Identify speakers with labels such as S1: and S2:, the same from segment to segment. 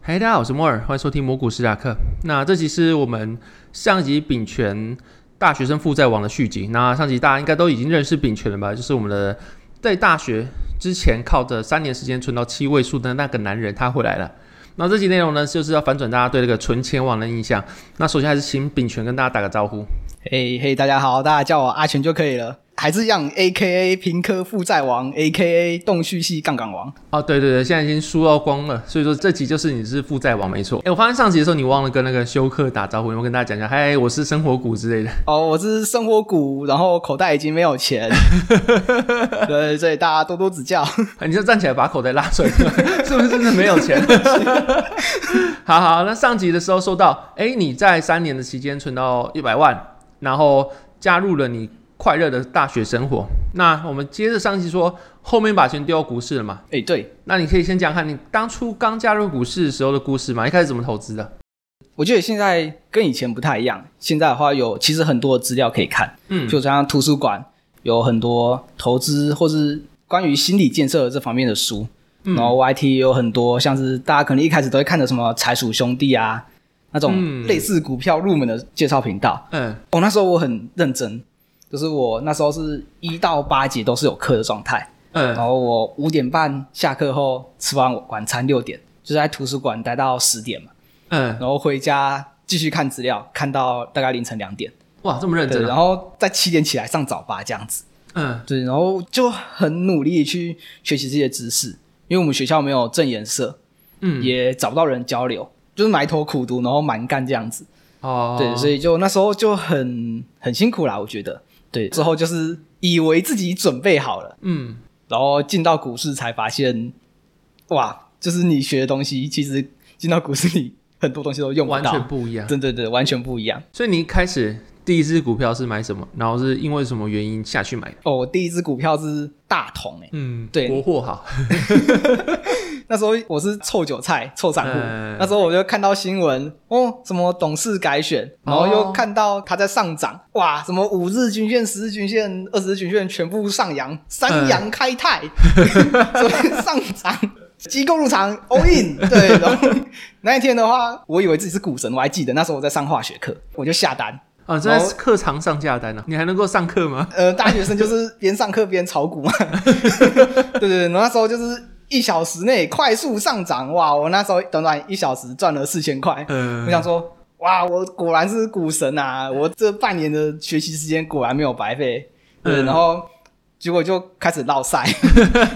S1: 嗨，大家好，我是摩尔，欢迎收听蘑菇史塔克。那这集是我们上集丙权大学生负债网的续集。那上集大家应该都已经认识丙权了吧？就是我们的在大学之前靠着三年时间存到七位数的那个男人，他回来了。那这集内容呢，就是要反转大家对那个存钱网的印象。那首先还是请丙权跟大家打个招呼。
S2: 嘿嘿，大家好，大家叫我阿全就可以了，还是一样 A K A 平科负债王，A K A 洞旭系杠杆王。
S1: 哦，对对对，现在已经输到光了，所以说这集就是你是负债王没错。哎，我发现上集的时候你忘了跟那个休克打招呼，有没有跟大家讲一下？嗨，我是生活股之类的。
S2: 哦，我是生活股，然后口袋已经没有 钱，对，所以大家多多指教。
S1: 啊 你就站起来把口袋拉出来， 是不是真的没有钱？ 好好，那上集的时候说到，哎，你在三年的期间存到一百万，然后加入了你快乐的大学生活。那我们接着上集说，后面把钱丢到股市了嘛？
S2: 哎，对，
S1: 那你可以先讲看你当初刚加入股市的时候的故事嘛？一开始怎么投资的？
S2: 我觉得现在跟以前不太一样，现在的话有其实很多资料可以看，
S1: 嗯，
S2: 就像图书馆有很多投资或是关于心理建设这方面的书，
S1: 嗯
S2: 然后 YT 也有很多像是大家可能一开始都会看的什么财鼠兄弟啊
S1: 嗯
S2: 那种类似股票入门的介绍频道。
S1: 嗯，
S2: 哦，那时候我很认真，就是我那时候是一到八节都是有课的状态，
S1: 嗯，
S2: 然后我五点半下课后吃完晚餐六点，就在图书馆待到十点嘛，
S1: 嗯，
S2: 然后回家继续看资料，看到大概凌晨两点，
S1: 哇，这么认
S2: 对，
S1: 真
S2: 然
S1: 啊，
S2: 后再七点起来上早八这样子，
S1: 嗯，
S2: 对，然后就很努力去学习这些知识，因为我们学校没有正颜色，
S1: 嗯，
S2: 也找不到人交流，就是埋头苦读，然后蛮干这样子。
S1: 哦，
S2: 对，所
S1: 以，
S2: 以就那时候就很很辛苦啦，我觉得。对，之后就是以为自己准备好了，
S1: 嗯，
S2: 然后进到股市才发现，哇，就是你学的东西，其实进到股市里很多东西都用不
S1: 完全
S2: 到。
S1: 不一样。
S2: 对对对，完全不一样。
S1: 所以你一开始第一只股票是买什么？然后是因为什么原因下去买的？
S2: 哦，我第一只股票是大同诶、欸
S1: 嗯，
S2: 对
S1: 国货好，
S2: 那时候我是臭韭菜、臭散户。
S1: 嗯
S2: 那时候我就看到新闻，哦，什么董事改选，然后
S1: 哦
S2: 又看到它在上涨，哇，什么五日均线、十日均线、二十日均线全部上扬，三阳开泰，
S1: 嗯
S2: 所以上涨。机构入场，all in。对，然后那一天的话，我以为自己是股神，我还记得那时候我在上化学课，我就下单。
S1: 啊，这在课堂上下单呢、啊，你还能够上课吗？
S2: 呃，大学生就是边上课边炒股嘛。 对对对，然后那时候就是一小时内快速上涨，哇！我那时候短短一小时赚了四千块，
S1: 嗯
S2: 我想说，哇，我果然是股神啊！我这半年的学习时间果然没有白费。对，
S1: 嗯
S2: 然后结果就开始 落赛，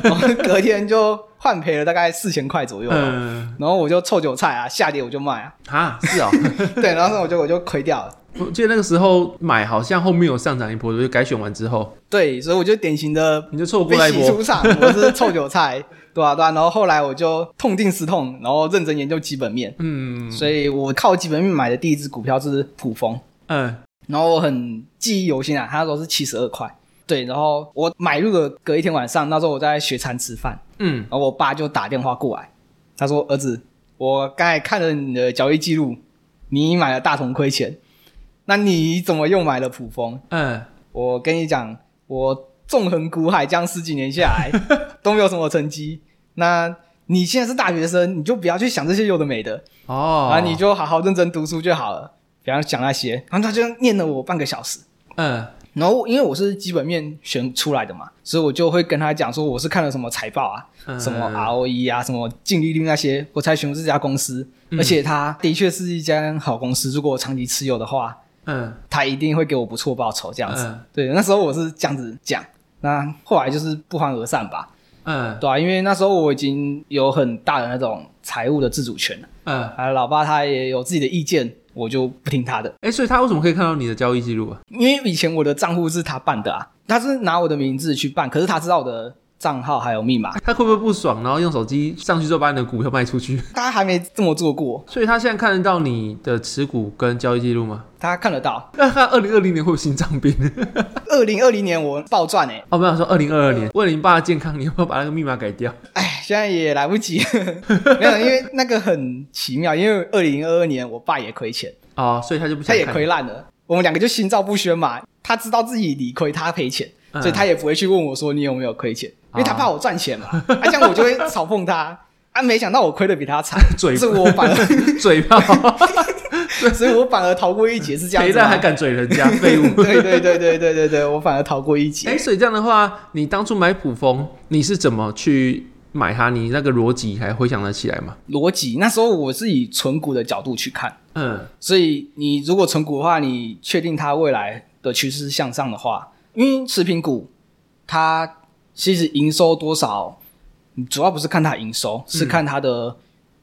S2: 然后隔天就换赔了大概四千块左右吧。啊
S1: 嗯，
S2: 然后我就臭韭菜啊，下跌我就卖啊，
S1: 啊，是哦，
S2: 对，然后我就我就亏掉了，
S1: 我记得那个时候买好像后面有上涨一波，就改选完之后
S2: 对，所以我就典型的
S1: 你就错过
S2: 被
S1: 那一
S2: 洗出
S1: 波。
S2: 场，我是臭韭菜， 对啊？对啊。然后后来我就痛定思痛，然后认真研究基本面，
S1: 嗯
S2: 所以我靠基本面买的第一只股票是普丰，
S1: 嗯，
S2: 然后我很记忆犹新啊，它那时候是七十二块，对，然后我买入了，隔一天晚上，那时候我在学餐吃饭，
S1: 嗯，
S2: 然后我爸就打电话过来，他说：“儿子，我刚才看了你的交易记录，你买了大同亏钱，那你怎么又买了普丰？”
S1: 嗯，
S2: 我跟你讲，我纵横股海，这样十几年下来都没有什么成绩。那你现在是大学生，你就不要去想这些有的没的，
S1: 哦，
S2: 啊，你就好好认真读书就好了，不要想那些。然后他就念了我半个小时。
S1: 嗯
S2: 然后因为我是基本面选出来的嘛，所以我就会跟他讲说我是看了什么财报啊，
S1: 嗯
S2: 什么 ROE 啊，什么净利率那些，我才选入这家公司。而且它的确是一家好公司，如果我长期持有的话，
S1: 嗯
S2: 他一定会给我不错报酬这样子。
S1: 嗯
S2: 对，那时候我是这样子讲，那后来就是不欢而散吧，
S1: 嗯
S2: 对啊，因为那时候我已经有很大的那种财务的自主权了，
S1: 嗯，
S2: 啊，老爸他也有自己的意见，我就不听他的，
S1: 哎，所以他为什么可以看到你的交易记录啊？
S2: 因为以前我的账户是他办的啊，他是拿我的名字去办，可是他知道我的账号还有密码，
S1: 他会不会不爽，然后用手机上去之后把你的股票卖出去？
S2: 大家还没这么做过，
S1: 所以他现在看得到你的持股跟交易记录吗？
S2: 大家看得到。
S1: 那他二零二零年会有心脏病？
S2: 二零二零年我暴赚哎、
S1: 哦，我想说二零二二年，
S2: 呃
S1: 为了你爸的健康，你要不要把那个密码改掉？
S2: 哎，现在也来不及， 没有，因为那个很奇妙，因为二零二二年我爸也亏钱，
S1: 哦，所以他就不
S2: 他
S1: 想
S2: 也
S1: 看
S2: 亏烂了，我们两个就心照不宣嘛。他知道自己理亏，他赔钱，
S1: 嗯
S2: 所以他也不会去问我说你有没有亏钱，
S1: 啊
S2: 因为他怕我赚钱嘛。啊，这样我就会嘲讽他。啊，没想到我亏的比他 惨，
S1: 嘴
S2: 所以我反而，
S1: 嘴炮，
S2: 所以我反而逃过一劫，是这样
S1: 赔
S2: 子
S1: 了
S2: 吗。。
S1: 还敢嘴人家，废物
S2: 对对对对对对对，我反而逃过一劫。
S1: 哎、所以这样的话，你当初买普丰，你是怎么去买它？你那个逻辑还回想得起来吗？
S2: 逻辑那时候我是以存股的角度去看，
S1: 嗯，
S2: 所以你如果存股的话，你确定它未来的趋势是向上的话，因为食品股它其实营收多少，你主要不是看它营收，是看它的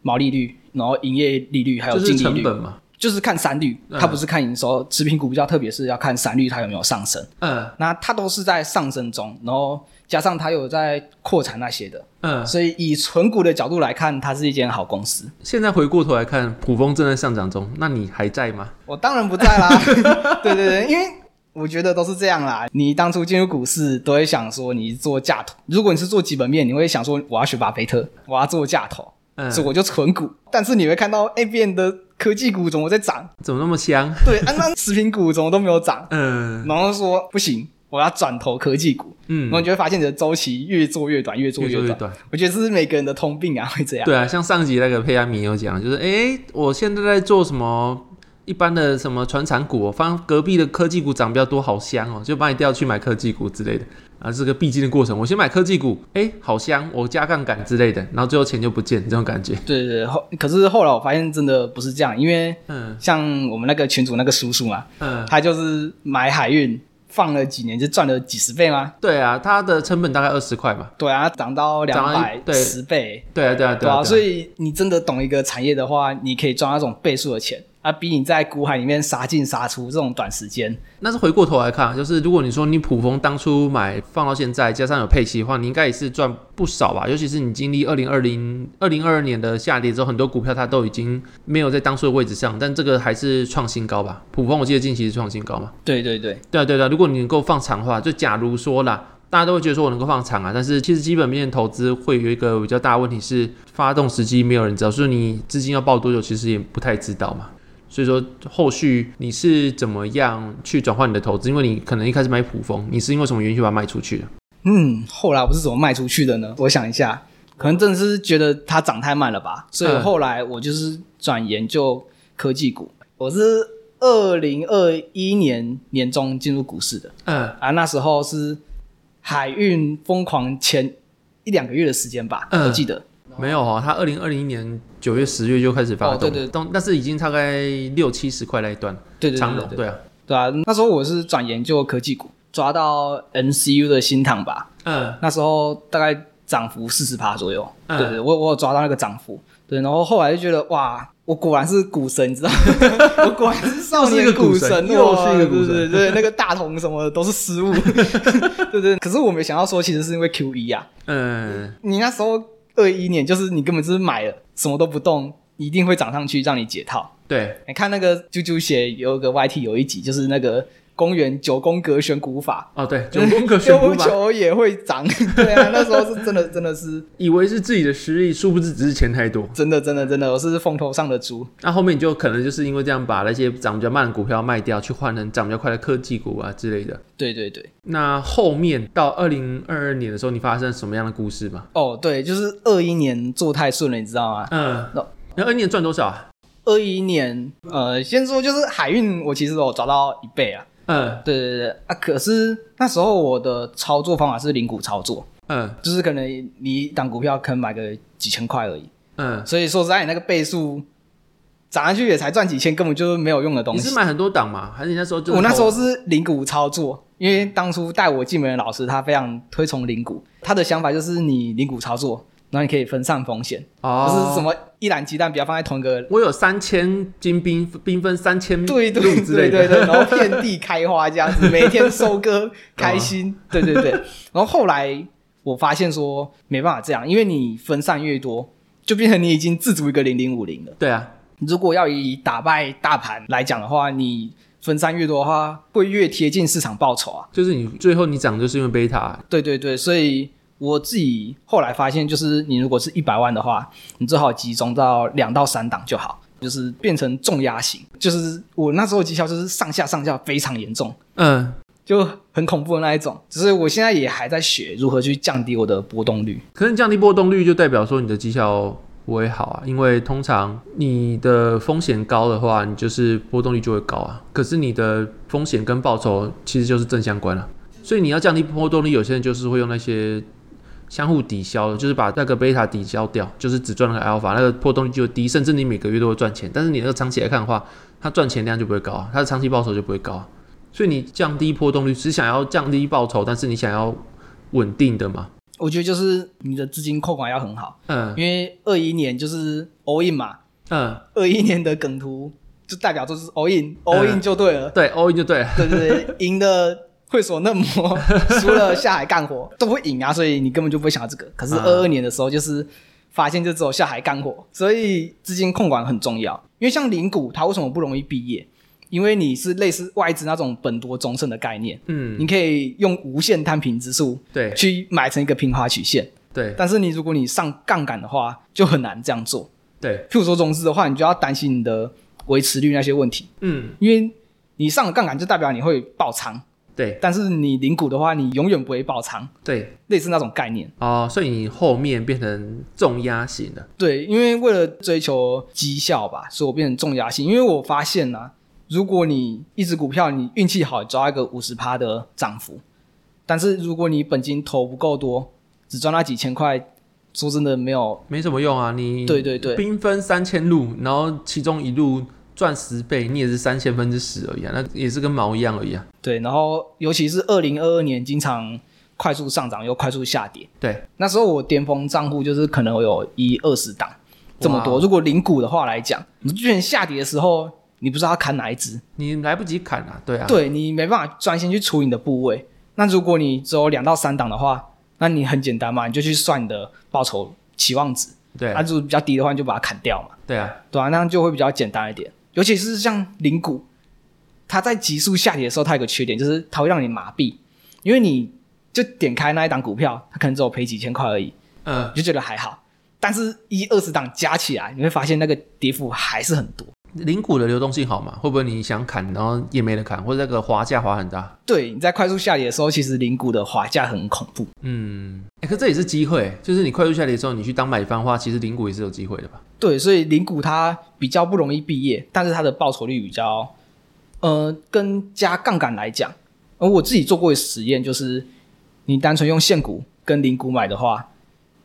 S2: 毛利率，然后营业利率还有
S1: 嗯就
S2: 净
S1: 是
S2: 利
S1: 成
S2: 率，
S1: 本嘛。
S2: 就是看三率，
S1: 嗯
S2: 它不是看营收。食品股比较特别是要看三率它有没有上升，
S1: 嗯
S2: 那它都是在上升中，然后加上它有在扩产那些的，
S1: 嗯，
S2: 所以以存股的角度来看，它是一间好公司。
S1: 现在回过头来看，普丰正在上涨中，那你还在吗？
S2: 我当然不在啦， 对对对，因为我觉得都是这样啦。你当初进入股市都会想说你做价投，如果你是做基本面，你会想说我要学巴菲特，我要做价投，
S1: 嗯，
S2: 所以我就存股。但是你会看到哎，别人的科技股怎么在涨？
S1: 怎么那么香？
S2: 对，啊，那食品股怎么都没有涨？
S1: 嗯
S2: 然后说不行，我要转投科技股。然后
S1: 嗯，
S2: 你就会发现你的周期越做越短，越做
S1: 越做越
S2: 短。
S1: 短。
S2: 我觉得这是每个人的通病啊， 会这样。
S1: 对啊，像上集那个佩亚米有讲，就是哎、诶我现在在做什么一般的什么传产股，我哦发现隔壁的科技股涨比较多，好香哦，就把你调去买科技股之类的。啊，这个必经的过程，我先买科技股，哎、好香，我加杠杆之类的，然后最后钱就不见，这种感觉。
S2: 对对对，后可是后来我发现真的不是这样，因为
S1: 嗯
S2: 像我们那个群主那个叔叔嘛，
S1: 嗯，
S2: 他就是买海运放了几年就赚了几十倍吗？
S1: 对啊，它的成本大概二十块嘛。
S2: 对啊，涨到两
S1: 涨到
S2: 百
S1: 一对
S2: 十倍，
S1: 对啊，对啊，
S2: 对
S1: 啊，
S2: 啊，所
S1: 以
S2: 以你真的懂一个产业的话，你可以赚那种倍数的钱啊，比你在股海里面杀进杀出这种短时间，
S1: 那是回过头来看啊，就是如果你说你普丰当初买放到现在，加上有配息的话，你应该也是赚不少吧？尤其是你经历二零二零、二零二二年的下跌之后，很多股票它都已经没有在当初的位置上，但这个还是创新高吧？普丰我记得近期是创新高嘛？
S2: 对对对，
S1: 对啊，对啊对啊，如果你能够放长的话，就假如说啦。大家都会觉得说我能够放长啊，但是其实基本面投资会有一个比较大的问题是发动时机没有人知道，所以你资金要报多久其实也不太知道嘛。所以说后续你是怎么样去转换你的投资？因为你可能一开始买普丰，你是因为什么原因去把它卖出去的？
S2: 嗯，后来我是怎么卖出去的呢？我想一下，可能真的是觉得它涨太慢了吧，所以
S1: 嗯
S2: 后来我就是转研究科技股，我是二零二一年年中进入股市的。
S1: 嗯
S2: 啊，那时候是海运疯狂前一两个月的时间吧，
S1: 嗯
S2: 我记得。
S1: 没有哦，它二零二零年九月、十月就开始发动，
S2: 哦对对
S1: 动，但是已经大概六七十块那一段，
S2: 对对
S1: 长
S2: 对
S1: 龙
S2: 对对
S1: 对啊，
S2: 对啊，那时候我是转研究科技股，抓到 NCU 的新塘吧，
S1: 嗯
S2: 那时候大概涨幅四十趴左右。
S1: 嗯
S2: 对对，我我有抓到那个涨幅。对，然后后来就觉得哇，我果然是股神，你知道吗？我果然是少
S1: 又
S2: 年神，
S1: 是一个股神又是一个股神
S2: 哇对对对，那个大同什么的都是失误。 对对，可是我没想到说，其实是因为 Q E 啊，
S1: 嗯，
S2: 你那时候二一年就是你根本就是买了什么都不动，一定会涨上去让你解套。
S1: 对，
S2: 你看那个啾啾写有一个 YT 有一集就是那个公园九宫格选股法，
S1: 哦对，九宫格选 股吧，
S2: 球也会涨。 对啊，那时候是真的真的是
S1: 以为是自己的实力，殊不知只是钱太多。
S2: 真的真的真的，我是风头上的猪。
S1: 那后面你就可能就是因为这样把那些涨比较慢的股票卖掉，去换成涨比较快的科技股啊之类的。
S2: 对对对，
S1: 那后面到二零二二年的时候，你发生什么样的故事吗？
S2: 哦对，就是二一年做太顺了，你知道吗？
S1: 嗯
S2: 那，
S1: 那二一年赚多少啊？
S2: 二一年，呃，先说就是海运，我其实有找到一倍啊。
S1: 嗯
S2: 对对对啊，可是那时候我的操作方法是零股操作，
S1: 嗯
S2: 就是可能你一档股票可能买个几千块而已，
S1: 嗯，
S2: 所以说实在，你那个倍数涨上去也才赚几千，根本就是没有用的东
S1: 你是
S2: 西。
S1: 买很多档嘛？还是你那时候就
S2: 我那时候是零股操作，因为当初带我进门的老师他非常推崇零股，他的想法就是你零股操作，然后你可以分散风险，就
S1: 哦
S2: 是什？么一篮鸡蛋不要放在同一个。
S1: 我有三千金兵，兵分三千
S2: 对对
S1: 路之类
S2: 对对
S1: 的。
S2: 对，然 后遍地开花这样子，每天收割开心，对对对。然后后来我发现说没办法这样，因为你分散越多，就变成你已经自主一个零零五零了。
S1: 对啊，
S2: 如果要以打败大盘来讲的话，你分散越多的话，会越贴近市场报酬啊。
S1: 就是你最后你涨就是因为贝塔，啊
S2: 对对对，所以我自己后来发现，就是你如果是一百万的话，你最好集中到两到三档就好，就是变成重压型。就是我那时候绩效就是上下上下非常严重，
S1: 嗯，
S2: 就很恐怖的那一种。只是我现在也还在学如何去降低我的波动率。
S1: 可是你降低波动率就代表说你的绩效不会好啊，因为通常你的风险高的话，你就是波动率就会高啊。可是你的风险跟报酬其实就是正相关了、啊所以你要降低波动率，有些人就是会用那些相互抵消的，就是把那个贝塔抵消掉，就是只赚那个 alpha，那个波动率就低，甚至你每个月都会赚钱，但是你那个长期来看的话，它赚钱量就不会高啊，它的长期报酬就不会高啊。所以你降低波动率，只想要降低报酬，但是你想要稳定的嘛，
S2: 我觉得就是你的资金控管要很好，
S1: 嗯
S2: 因为二一年就是 all in 嘛，
S1: 嗯。
S2: 二一年的梗图就代表就是 all in，all in 就对了。
S1: 对，all in 就对了。
S2: 对对对，赢的会所嫩模，输了下海干活都不会赢啊，所以你根本就不会想到这个。可是
S1: 啊
S2: 二二年的时候，就是发现就只有下海干活，所以资金控管很重要。因为像零股，它为什么不容易毕业？因为你是类似外资那种本多中胜的概念，
S1: 嗯，
S2: 你可以用无限摊平之数
S1: 对
S2: 去买成一个平滑曲线。
S1: 对
S2: 但是你如果你上杠杆的话，就很难这样做。
S1: 对，
S2: 譬如说融资的话，你就要担心你的维持率那些问题，
S1: 嗯
S2: 因为你上了杠杆就代表你会爆仓。
S1: 对
S2: 但是你零股的话，你永远不会爆仓，
S1: 对
S2: 类似那种概念。
S1: 哦，所以你后面变成重压型的，
S2: 对，因为为了追求绩效吧，所以我变成重压性。因为我发现呢、如果你一只股票你运气好抓一个五十趴的涨幅，但是如果你本金投不够多，只赚那几千块，说真的没有。
S1: 没什么用啊。你
S2: 对对对
S1: 兵分三千路，然后其中一路赚十倍，你也是三千分之十而已啊，那也是跟毛一样而已啊。
S2: 对，然后尤其是二零二二年，经常快速上涨又快速下跌。
S1: 对，
S2: 那时候我巅峰账户就是可能我有一二十档这么多。
S1: 哇
S2: 如果零股的话来讲，你之前下跌的时候，你不知道要砍哪一只，
S1: 你来不及砍啊，对啊，
S2: 对你没办法专心去处理你的部位。那如果你只有两到三档的话，那你很简单嘛，你就去算你的报酬期望值。
S1: 对
S2: 那
S1: 啊
S2: 如果比较低的话，你就把它砍掉嘛，
S1: 对啊，
S2: 对啊，那样就会比较简单一点。尤其是像零股，它在急速下跌的时候，它有个缺点就是它会让你麻痹，因为你就点开那一档股票，它可能只有赔几千块而已。
S1: 嗯，
S2: 你就觉得还好。但是，一二十档加起来，你会发现那个跌幅还是很多。
S1: 零股的流动性好嘛？会不会你想砍，然后也没得砍，或者那个滑价滑很大？
S2: 对，你在快速下跌的时候，其实零股的滑价很恐怖。
S1: 嗯，哎、可这也是机会，就是你快速下跌的时候，你去当买方的话，其实零股也是有机会的吧？
S2: 对，所以零股它比较不容易毕业，但是它的报酬率比较，呃，跟加杠杆来讲，而我自己做过的实验就是，你单纯用现股跟零股买的话，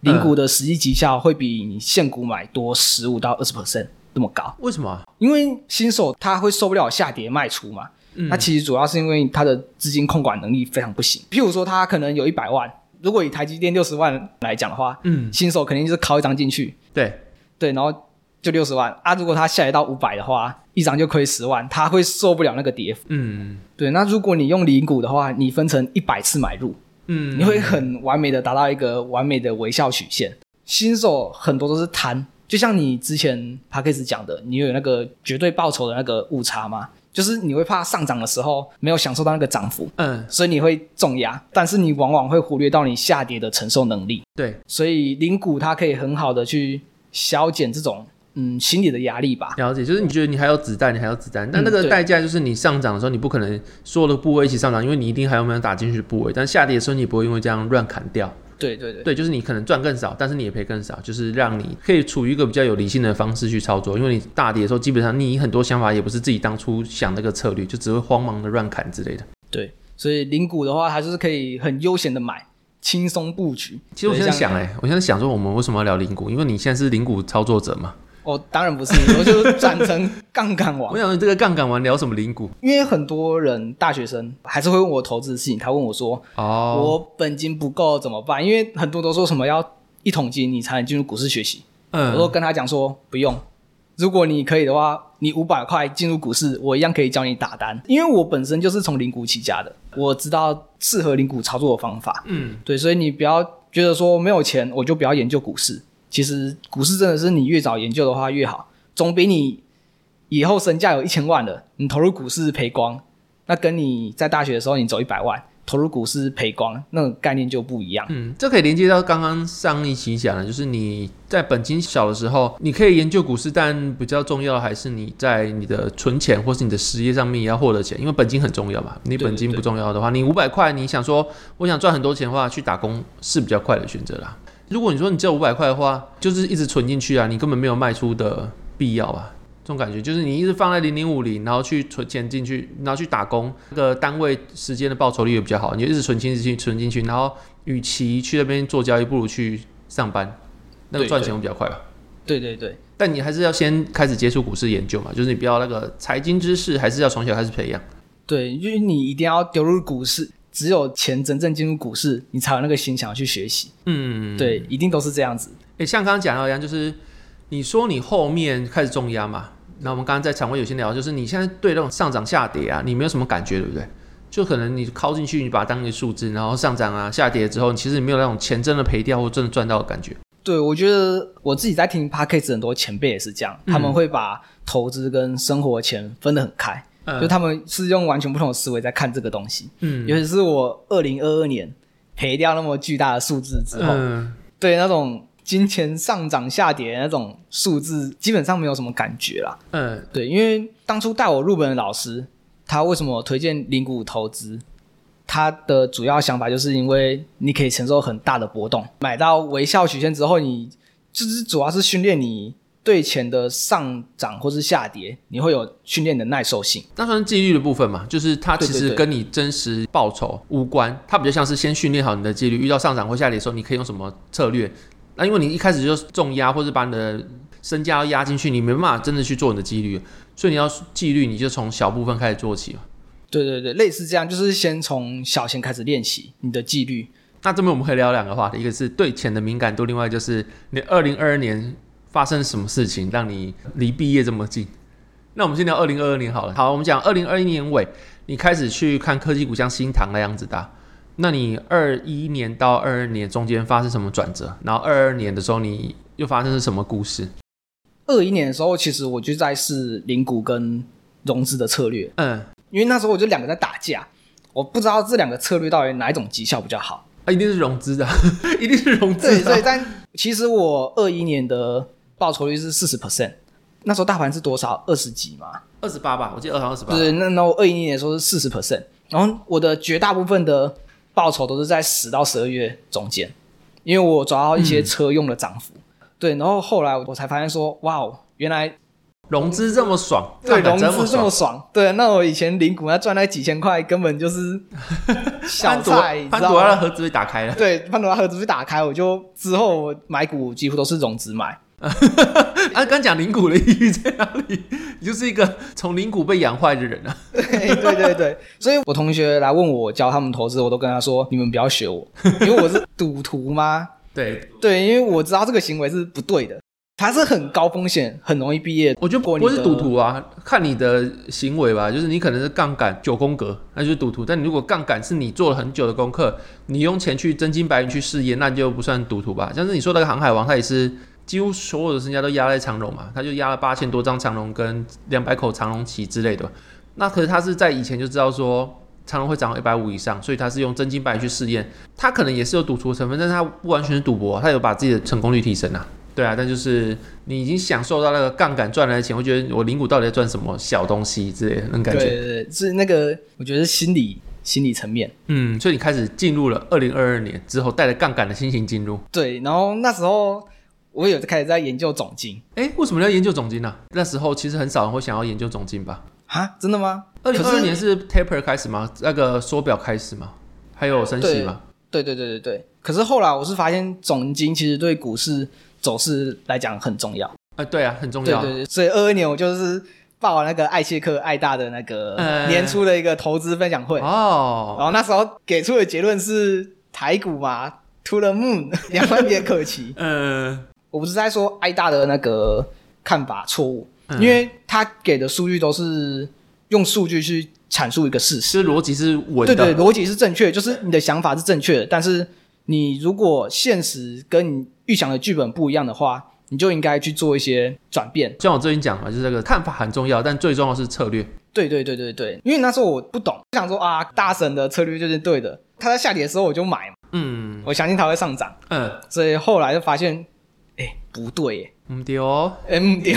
S2: 零股的实际绩效会比你现股买多十五到二十 percent 这么高。
S1: 为什么啊？
S2: 因为新手他会受不了下跌卖出嘛，
S1: 嗯
S2: 那其实主要是因为他的资金控管能力非常不行。譬如说他可能有一百万，如果以台积电六十万来讲的话，
S1: 嗯，
S2: 新手肯定就是敲一张进去，
S1: 对，
S2: 对，然后就六十万啊。如果他下跌到五百的话，一张就亏十万，他会受不了那个跌幅。
S1: 嗯
S2: 对，那如果你用零股的话，你分成一百次买入，
S1: 嗯，
S2: 你会很完美的达到一个完美的微笑曲线。新手很多都是贪，就像你之前 p a c k a g e 讲的，你有那个绝对报酬的那个误差嘛，就是你会怕上涨的时候没有享受到那个涨幅，
S1: 嗯，
S2: 所以你会重压，但是你往往会忽略到你下跌的承受能力。
S1: 对，
S2: 所以零股它可以很好的去消减这种嗯心理的压力吧。
S1: 了解，就是你觉得你还有子弹，你还有子弹，但那个
S2: 嗯对
S1: 代价就是你上涨的时候，你不可能所有的部位一起上涨，因为你一定还有没有打进去的部位，但下跌的时候你不会因为这样乱砍掉，
S2: 对对对
S1: 对，就是你可能赚更少，但是你也赔更少，就是让你可以处于一个比较有理性的方式去操作，因为你大跌的时候，基本上你很多想法也不是自己当初想那个策略，就只会慌忙的乱砍之类的。
S2: 对，所以零股的话，它就是可以很悠闲的买，轻松布局。
S1: 其实我现在
S2: 对像
S1: 想、哎，我现在想说，我们为什么要聊零股？因为你现在是零股操作者嘛。
S2: 哦，当然不是，我就转成杠杆
S1: 我
S2: 王。
S1: 想说，这个杠杆玩聊什么零股？
S2: 因为很多人大学生还是会问我投资的事情，他问我说，
S1: 哦，
S2: 我本金不够怎么办？因为很多都说什么要一桶金你才能进入股市学习，我都
S1: 嗯，
S2: 跟他讲说不用。如果你可以的话，你五百块进入股市，我一样可以教你打单，因为我本身就是从零股起家的，我知道适合零股操作的方法。
S1: 嗯，
S2: 对，所以你不要觉得说没有钱，我就不要研究股市。其实股市真的是你越早研究的话越好，总比你以后身价有一千万了，你投入股市赔光，那跟你在大学的时候你走一百万投入股市赔光，那个概念就不一样。
S1: 嗯，这可以连接到刚刚上一期讲的，就是你在本金小的时候，你可以研究股市，但比较重要的还是你在你的存钱或是你的实业上面也要获得钱，因为本金很重要嘛。你本金
S2: 对对
S1: 不重要的话，你五百块，你想说我想赚很多钱的话，去打工是比较快的选择啦。如果你说你只有五百块的话，就是一直存进去啊，你根本没有卖出的必要啊。这种感觉就是你一直放在零零五零，然后去存钱进去，然后去打工，那个单位时间的报酬率也比较好，你就一直存钱进去，存进去，然后与其去那边做交易，不如去上班，那个
S2: 对
S1: 赚钱会比较快吧。
S2: 对对对，
S1: 但你还是要先开始接触股市研究嘛，就是你不要那个财经知识，还是要从小开始培养。
S2: 对，就是你一定要丢入股市，只有钱真正进入股市，你才有那个心想要去学习。
S1: 嗯，
S2: 对，一定都是这样子。
S1: 诶，像刚刚讲到一样，就是你说你后面开始重压嘛，那我们刚刚在场外有些聊，就是你现在对那种上涨下跌啊，你没有什么感觉，对不对？就可能你靠进去，你把它当一个数字，然后上涨啊、下跌之后，你其实没有那种钱真的赔掉或真的赚到的感觉。
S2: 对，我觉得我自己在听 p o d c a s t 很多前辈也是这样，
S1: 嗯
S2: 他们会把投资跟生活钱分得很开，就他们是用完全不同的思维在看这个东西。
S1: 嗯
S2: 尤其是我二零二二年赔掉那么巨大的数字之后，
S1: 嗯，
S2: 对那种金钱上涨下跌的那种数字，基本上没有什么感觉啦。
S1: 嗯，
S2: 对，因为当初带我入门的老师，他为什么推荐零股投资？他的主要想法就是因为你可以承受很大的波动，买到微笑曲线之后，你就是主要是训练你对钱的上涨或是下跌，你会有训练你的耐受性。
S1: 那算是纪律的部分嘛，就是它其
S2: 对
S1: 实
S2: 对对
S1: 跟你真实报酬无关，它比较像是先训练好你的纪律，遇到上涨或下跌的时候，你可以用什么策略。那因为你一开始就重压，或者把你的身家压进去，你没办法真的去做你的纪律，所以你要纪律，你就从小部分开始做起嘛。
S2: 对对对，类似这样，就是先从小钱开始练习你的纪律。
S1: 那这边我们可以聊两个话题，一个是对钱的敏感度，另外就是你二零二二年发生什么事情让你离毕业这么近？那我们先聊二零二二年好了。好，我们讲二零二一年尾，你开始去看科技股，像新唐那样子的啊。那你二一年到二二年中间发生什么转折？然后二二年的时候，你又发生了什么故事？
S2: 二一年的时候，其实我就在试零股跟融资的策略，
S1: 嗯，
S2: 因为那时候我就两个在打架，我不知道这两个策略到底哪一种绩效比较好。
S1: 啊，一定是融资的啊， 一定是融
S2: 对
S1: 资的啊、
S2: 对，但其实我二一年的报酬率是四十 percent，那时候大盘是多少？二十几嘛？
S1: 二十八吧，我记得二好像二十八
S2: 就。是那那我二一年的时候是四十 percent，然后我的绝大部分的报酬都是在十到十二月中间，因为我抓到一些车用的涨幅。对，然后后来我才发现说，哇哦，原来
S1: 融资这么爽，
S2: 对
S1: 杠
S2: 融
S1: 杆
S2: 资这
S1: 爽
S2: 么爽。对，那我以前零股那赚那几千块，根本就是 小
S1: 潘朵
S2: 菜，你知
S1: 潘
S2: 道
S1: 朵拉
S2: 吗
S1: 的？盒子被打开了。
S2: 对，潘多拉盒子被打开，我就之后我买股几乎都是融资买。
S1: 啊，刚讲灵骨的意义在哪里？你就是一个从灵骨被养坏的人啊。
S2: 对哎对对对，所以我同学来问我教他们投资，我都跟他说：你们不要学我，因为我是赌徒吗？
S1: 对，
S2: 对，因为我知道这个行为是不对的，它是很高风险，很容易毕业。
S1: 我觉得
S2: 如
S1: 不
S2: 果你
S1: 会是
S2: 的
S1: 赌徒啊，看你的行为吧，就是你可能是杠杆九宫格，那就是赌徒。但你如果杠杆是你做了很久的功课，你用钱去真金白银去试验，那就不算赌徒吧。像是你说那个航海王，他也是几乎所有的身家都压在长荣嘛，他就压了八千多张长荣跟两百口长荣旗之类的。那可是他是在以前就知道说长荣会涨到一百五以上，所以他是用真金白银去试验。他可能也是有赌徒的成分，但是他不完全是赌博，他有把自己的成功率提升啊。对啊，但就是你已经享受到那个杠杆赚来的钱，会觉得我零股到底在赚什么小东西之类的那种感
S2: 对
S1: 觉。
S2: 对对，是那个我觉得是心理心理层面。
S1: 嗯，所以你开始进入了二零二二年之后，带着杠杆的心情进入。
S2: 对，然后那时候我有开始在研究总经
S1: 哎，为什么要研究总金呢、啊那时候其实很少人会想要研究总金吧？
S2: 啊，真的吗？
S1: 二零二二
S2: 可是
S1: 年是 taper 开始吗？那个缩表开始吗？还有升息
S2: 对
S1: 吗？
S2: 对对对对对。可是后来我是发现总经其实对股市走势来讲很重要。
S1: 啊，对啊，很重
S2: 对
S1: 要。
S2: 对对，所以二二年我就是报了那个艾切克艾大的那个
S1: 嗯
S2: 年初的一个投资分享会，
S1: 哦，
S2: 然后那时候给出的结论是台股嘛，to the moon，两 万点可期。
S1: 呃，
S2: 我不是在说艾大的那个看法错误，
S1: 嗯
S2: 因为他给的数据都是用数据去阐述一个事实。
S1: 其实逻辑是稳
S2: 对
S1: 的，
S2: 对，逻辑是正确，就是你的想法是正确的，但是你如果现实跟你预想的剧本不一样的话，你就应该去做一些转变。
S1: 像我最近讲嘛，就是这个看法很重要，但最重要是策略。
S2: 对对对对对，因为那时候我不懂，我想说啊，大神的策略就是对的，他在下跌的时候我就买嘛，
S1: 嗯
S2: 我相信他会上涨，
S1: 嗯，
S2: 所以后来就发现，哎，不对耶，
S1: 嗯对哦，
S2: 嗯，对，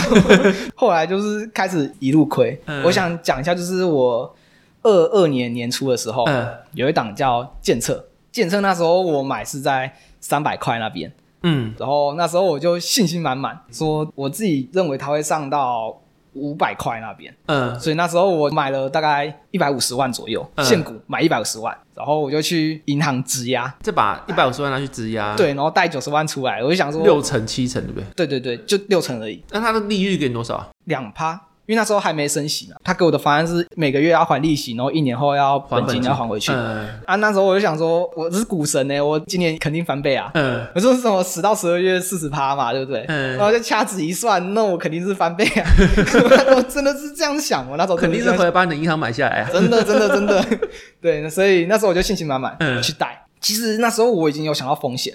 S2: 后来就是开始一路亏。
S1: 嗯
S2: 我想讲一下，就是我二二年年初的时候，
S1: 嗯
S2: 有一档叫建策，建策那时候我买是在三百块那边，
S1: 嗯
S2: 然后那时候我就信心满满，说我自己认为它会上到五百块那边，
S1: 嗯
S2: 所以那时候我买了大概一百五十万左右，
S1: 嗯
S2: 现股买一百五十万，然后我就去银行质押，
S1: 这把一百五十万拿去质押，，
S2: 对，然后贷九十万出来，我就想说，
S1: 嗯六成七成对不对？
S2: 对对对，就六成而已。
S1: 那它的利率给你多少啊？
S2: 两趴，因为那时候还没升息嘛。他给我的方案是每个月要还利息，然后一年后要
S1: 还
S2: 本
S1: 本
S2: 金要还回去。
S1: 嗯
S2: 啊，那时候我就想说，我是股神呢、欸我今年肯定翻倍啊。
S1: 嗯
S2: 我说是什么十到十二月四十趴嘛，对不对？
S1: 嗯
S2: 然后就掐指一算，那我肯定是翻倍 啊！ 我真的是这样想，我那时候
S1: 肯定是
S2: 真的
S1: 回来把你的银行买下来啊。
S2: 这样想真的真的真的， 对，所以那时候我就信心满满、
S1: 嗯
S2: 去贷。其实那时候我已经有想到风险，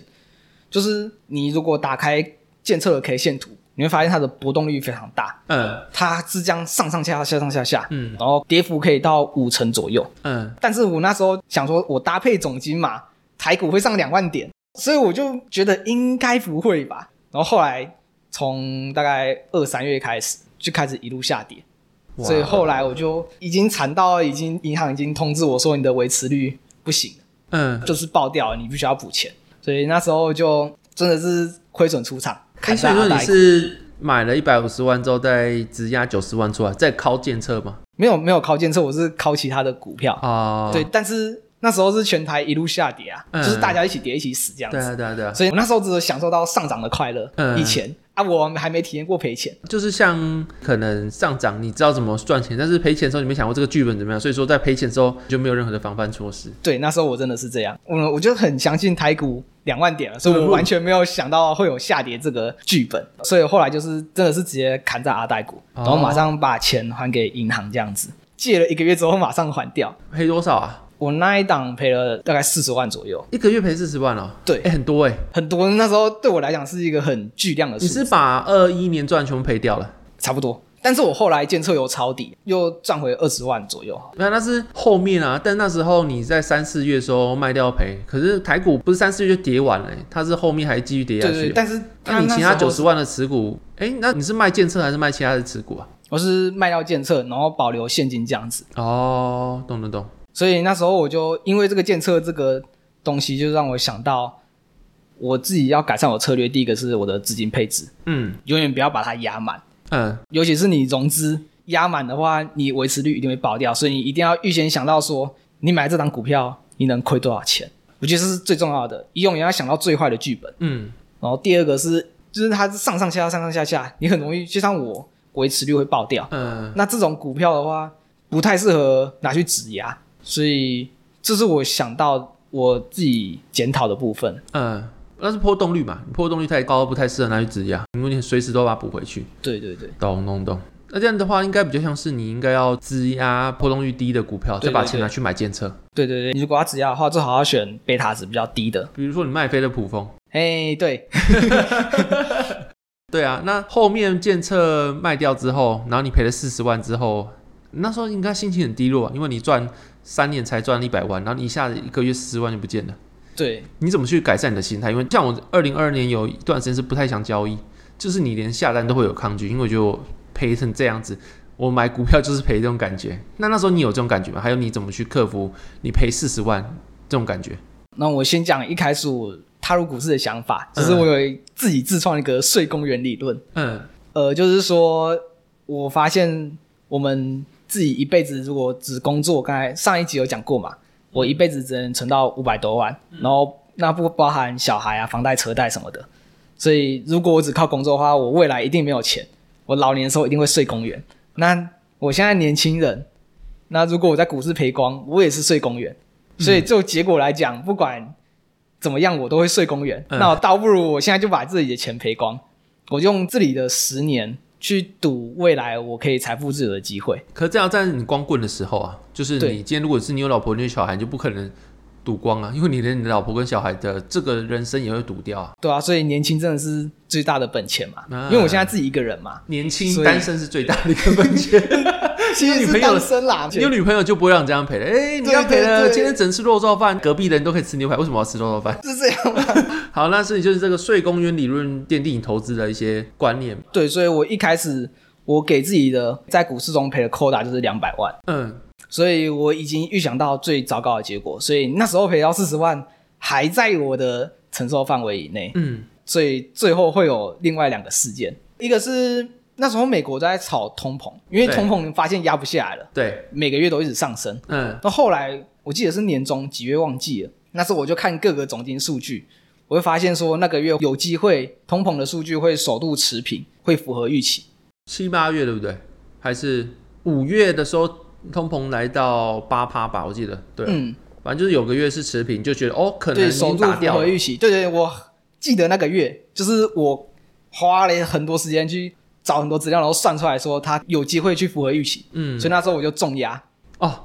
S2: 就是你如果打开监测的 K 线图，你会发现它的波动率非常大。
S1: 嗯
S2: 它是这样上上下下、上上下下，
S1: 嗯
S2: 然后跌幅可以到五成左右。
S1: 嗯
S2: 但是我那时候想说，我搭配总金嘛，台股会上两万点，所以我就觉得应该不会吧。然后后来从大概二三月开始，就开始一路下跌，
S1: 哇
S2: 所以后来我就已经惨到已经银行已经通知我说你的维持率不行，
S1: 嗯，
S2: 就是爆掉了，你必须要补钱。所以那时候就真的是亏损出场。
S1: 哎，
S2: 看
S1: 所以
S2: 大
S1: 说
S2: 家
S1: 你
S2: 带
S1: 是买了一百五十万之后再质押九十万出来，再靠建测嘛？
S2: 没有没有靠监测，我是靠其他的股票。
S1: 哦，
S2: 对，但是那时候是全台一路下跌啊，
S1: 嗯
S2: 就是大家一起跌一起死这样
S1: 对
S2: 子，
S1: 啊对啊对啊，
S2: 所以我那时候只有享受到上涨的快乐。
S1: 嗯
S2: 以前啊，我还没体验过赔钱，
S1: 就是像可能上涨，你知道怎么赚钱，但是赔钱的时候你没想过这个剧本怎么样，所以说在赔钱之后就没有任何的防范措施。
S2: 对，那时候我真的是这样，我我就很相信台股两万点了，所以
S1: 嗯
S2: 我完全没有想到会有下跌这个剧本，所以后来就是真的是直接砍在阿呆股，
S1: 哦
S2: 然后马上把钱还给银行这样子，借了一个月之后马上还掉。
S1: 赔多少啊？
S2: 我那一档赔了大概四十万左右，
S1: 一个月赔四十万哦，
S2: 对
S1: 哎、很多哎、
S2: 很多那时候对我来讲是一个很巨量的数
S1: 你是
S2: 字。
S1: 把二一年赚全部赔掉了？
S2: 差不多。但是我后来监测有抄底，又赚回二十万左右。
S1: 没有，那是后面啊。但那时候你在三四月的时候卖掉赔，可是台股不是三四月就跌完了欸、它是后面还继续跌
S2: 对
S1: 下
S2: 对，
S1: 去
S2: 对
S1: 哦、
S2: 但是
S1: 那你其他
S2: 时候
S1: 九十万的持股，哎、那你是卖建设还是卖其他的持股啊？
S2: 我是卖掉监测，然后保留现金这样子。
S1: 哦，懂懂懂，
S2: 所以那时候我就因为这个监测这个东西，就让我想到我自己要改善我策略。第一个是我的资金配置，
S1: 嗯
S2: 永远不要把它压满，
S1: 嗯
S2: 尤其是你融资压满的话，你维持率一定会爆掉。所以你一定要预先想到说，你买这档股票你能亏多少钱。我觉得这是最重要的，你永远要想到最坏的剧本。
S1: 嗯
S2: 然后第二个是，就是它是上上下下上上下下，你很容易就像我维持率会爆掉。
S1: 嗯，
S2: 那这种股票的话，不太适合拿去质押，所以这是我想到我自己检讨的部分。
S1: 嗯，那是波动率嘛，波动率太高不太适合拿去质押，因为你随时都把它补回去。
S2: 对对对，
S1: 懂懂懂。那这样的话，应该比较像是你应该要质押波动率低的股票，
S2: 对
S1: 再把
S2: 对
S1: 钱
S2: 对
S1: 拿去买建车。
S2: 对对对，你如果要质押的话，最好要选贝塔值比较低的。
S1: 比如说你卖飞的普丰，
S2: 哎，对，
S1: 对啊，那后面建策卖掉之后，然后你赔了四十万之后，那时候应该心情很低落、啊，因为你赚三年才赚一百万，然后你一下子一个月十万就不见了。
S2: 对
S1: 你怎么去改善你的心态？因为像我二零二二年有一段时间是不太想交易，就是你连下单都会有抗拒，因为我觉得我赔成这样子，我买股票就是赔这种感觉。那那时候你有这种感觉吗？还有你怎么去克服你赔四十万这种感觉？
S2: 那我先讲一开始我踏入股市的想法，就是我有自己自创一个税公园理论。
S1: 嗯
S2: 呃，就是说，我发现我们自己一辈子如果只工作，刚才上一集有讲过嘛，我一辈子只能存到五百多万，然后那不包含小孩啊、房贷、车贷什么的。所以，如果我只靠工作的话，我未来一定没有钱，我老年的时候一定会睡公园。那我现在年轻人，那如果我在股市赔光，我也是睡公园。所以，就结果来讲，不管怎么样，我都会睡公园。
S1: 嗯
S2: 那我倒不如我现在就把自己的钱赔光。我用这里的十年去赌未来我可以财富自由的机会。
S1: 可是这样在你光棍的时候啊，就是
S2: 对
S1: 你今天如果是你有老婆你有小孩，你就不可能赌光啊，因为你连你的老婆跟小孩的这个人生也会赌掉啊。
S2: 对啊，所以年轻真的是最大的本钱嘛，
S1: 啊
S2: 因为我现在自己一个人 嘛，
S1: 年轻
S2: 所以
S1: 单身是最大的一个本钱，
S2: 其
S1: 有
S2: 实
S1: 女朋
S2: 是
S1: 友
S2: 单身啦，
S1: 你有女朋友就不会让你这样陪了。哎、你要陪
S2: 对
S1: 了，
S2: 对对
S1: 今天整吃肉燥饭，隔壁的人都可以吃牛排，为什么我要吃肉燥饭？
S2: 是这样吗？
S1: 好，那所以就是这个税公约理论奠定你投资的一些观念。
S2: 对，所以我一开始我给自己的在股市中赔的扣打就是两百万，
S1: 嗯，
S2: 所以我已经预想到最糟糕的结果，所以那时候赔到四十万还在我的承受范围以内，
S1: 嗯，
S2: 所以最后会有另外两个事件，一个是那时候美国在炒通膨，因为
S1: 对
S2: 通膨发现压不下来了，
S1: 对，
S2: 每个月都一直上升。
S1: 嗯，
S2: 到后来我记得是年中几月忘记了，那时候我就看各个总经数据，我会发现说那个月有机会通膨的数据会首度持平，会符合预期。
S1: 七八月对不对？还是五月的时候，通膨来到八趴吧，我记得。对，啊
S2: 嗯，
S1: 反正就是有个月是持平，就觉得哦，可能
S2: 对，
S1: 已
S2: 首
S1: 经
S2: 度
S1: 打
S2: 符
S1: 掉
S2: 合
S1: 了。
S2: 预期。对对，我记得那个月就是我花了很多时间去找很多资料，然后算出来说它有机会去符合预期，
S1: 嗯
S2: 所，以那时候我就重压。
S1: 哦，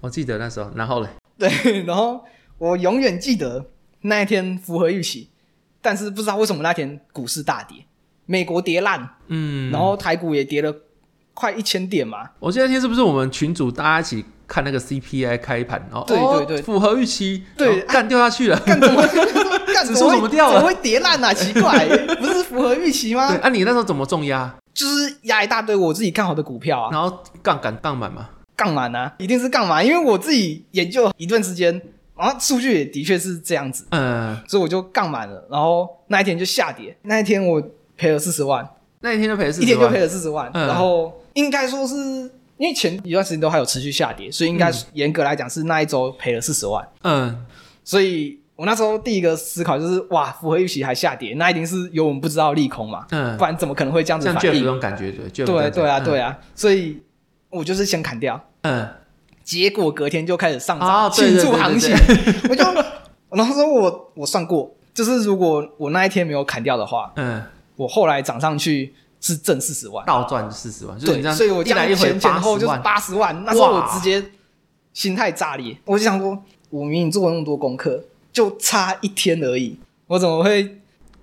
S1: 我记得那时候，然后嘞，
S2: 对，然后我永远记得那一天符合预期，但是不知道为什么那天股市大跌，美国跌烂。
S1: 嗯，
S2: 然后台股也跌了快一千点 嘛，
S1: 我记得那天是不是我们群主大家一起看那个 CPI 开盘，然后
S2: 对
S1: 哦
S2: 对对
S1: 符合预期，
S2: 对
S1: 然后干掉下去了。
S2: 干怎么干
S1: 指
S2: 怎
S1: 数
S2: 么会
S1: 怎么掉了
S2: 怎么会跌 烂啊？奇怪，不是符合预期
S1: 对，
S2: 吗？
S1: 啊，你那时候怎么重压？
S2: 就是压一大堆我自己看好的股票啊，
S1: 然后杠杆杠满嘛？
S2: 杠满啊，一定是杠满，因为我自己研究一段时间，然后数据也的确是这样子，
S1: 嗯，
S2: 所以我就杠满了，然后那一天就下跌，那一天我赔了四十万，
S1: 那一天就赔了四
S2: 一
S1: 十
S2: 天就赔
S1: 万。
S2: 了四十万，
S1: 嗯
S2: 然后应该说是因为前一段时间都还有持续下跌，所以应该严格来讲是那一周赔了四十万。
S1: 嗯，
S2: 所以我那时候第一个思考就是，哇，符合预期还下跌，那一定是有我们不知道的利空嘛，
S1: 嗯
S2: 不然怎么可能会这样子
S1: 像
S2: 反
S1: Jeff 这
S2: 应？
S1: 种感觉，对，Jeff
S2: 对对啊，对
S1: 啊，
S2: 啊，所以我就是先砍掉，
S1: 嗯，
S2: 结果隔天就开始上
S1: 啊
S2: 涨，
S1: 对
S2: 庆
S1: 对
S2: 祝
S1: 对
S2: 行
S1: 对
S2: 情。我就，然后说我我算过，就是如果我那一天没有砍掉的话，
S1: 嗯，
S2: 我后来涨上去是挣四十万。
S1: 倒赚四十万，就是你这
S2: 对，
S1: 样，
S2: 所以我
S1: 一来一回
S2: 前前
S1: 八
S2: 后
S1: 十
S2: 就是
S1: 万，
S2: 八十万，那时候我
S1: 哇
S2: 直接心态炸裂，我就想说，我明明做了那么多功课，就差一天而已，我怎么会？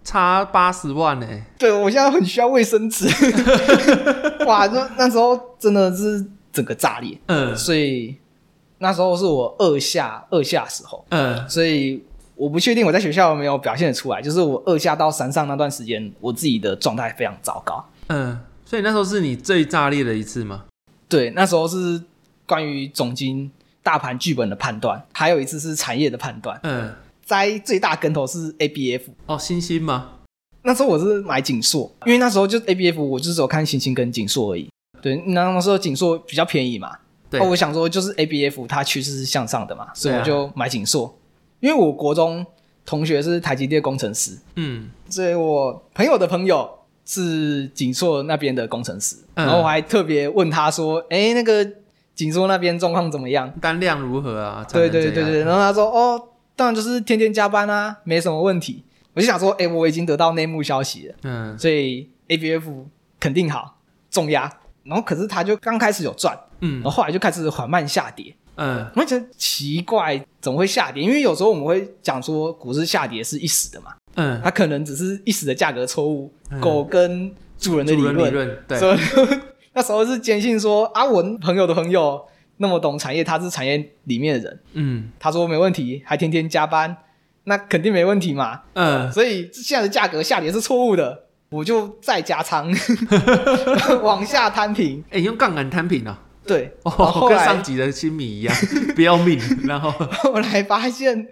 S1: 差八十万呢、
S2: 对我现在很需要卫生 纸， 哇！就那时候真的是整个炸裂，
S1: 嗯
S2: 所以那时候是我二下二下时候，
S1: 嗯，
S2: 所以我不确定我在学校有没有表现得出来，就是我二下到山上那段时间，我自己的状态非常糟糕。
S1: 嗯，所以那时候是你最炸裂的一次吗？
S2: 对，那时候是关于总经大盘剧本的判断，还有一次是产业的判断。
S1: 嗯，
S2: 栽最大跟头是 ABF，
S1: 哦，星星吗？
S2: 那时候我是买锦硕，因为那时候就 ABF，我就只有看星星跟锦硕而已。对，那时候锦硕比较便宜嘛，
S1: 对，
S2: 哦我想说就是 ABF 它趋势是向上的嘛，所以
S1: 对啊
S2: 我就买锦硕。因为我国中同学是台积电工程师，
S1: 嗯，
S2: 所以我朋友的朋友是锦硕那边的工程师，
S1: 嗯
S2: 然后我还特别问他说：“哎、那个锦硕那边状况怎么样
S1: 单量如何啊？？”
S2: 对对对对，
S1: 对，
S2: 然后他说：“哦，当然就是天天加班啊，没什么问题。”我就想说：“哎、我已经得到内幕消息了，
S1: 嗯
S2: 所以 ABF 肯定好重压。”然后可是他就刚开始有赚，
S1: 嗯
S2: 然后后来就开始缓慢下跌。
S1: 嗯，
S2: 我就觉得奇怪，怎么会下跌？因为有时候我们会讲说股市下跌是一时的嘛。
S1: 嗯，
S2: 它可能只是一时的价格错误，狗跟主人的理
S1: 主人理
S2: 论。
S1: 论，对，
S2: 所以那时候是坚信说啊，我朋友的朋友那么懂产业，他是产业里面的人，
S1: 嗯
S2: 他说没问题，还天天加班，那肯定没问题嘛。
S1: 嗯，
S2: 所以现在的价格下跌是错误的，我就再加仓， 往下摊平。
S1: 哎、用杠杆摊平啊。
S2: 对，然后
S1: 哦，
S2: 后
S1: 跟
S2: 来
S1: 上集的新米一样， 不要命。然后，
S2: 后来发现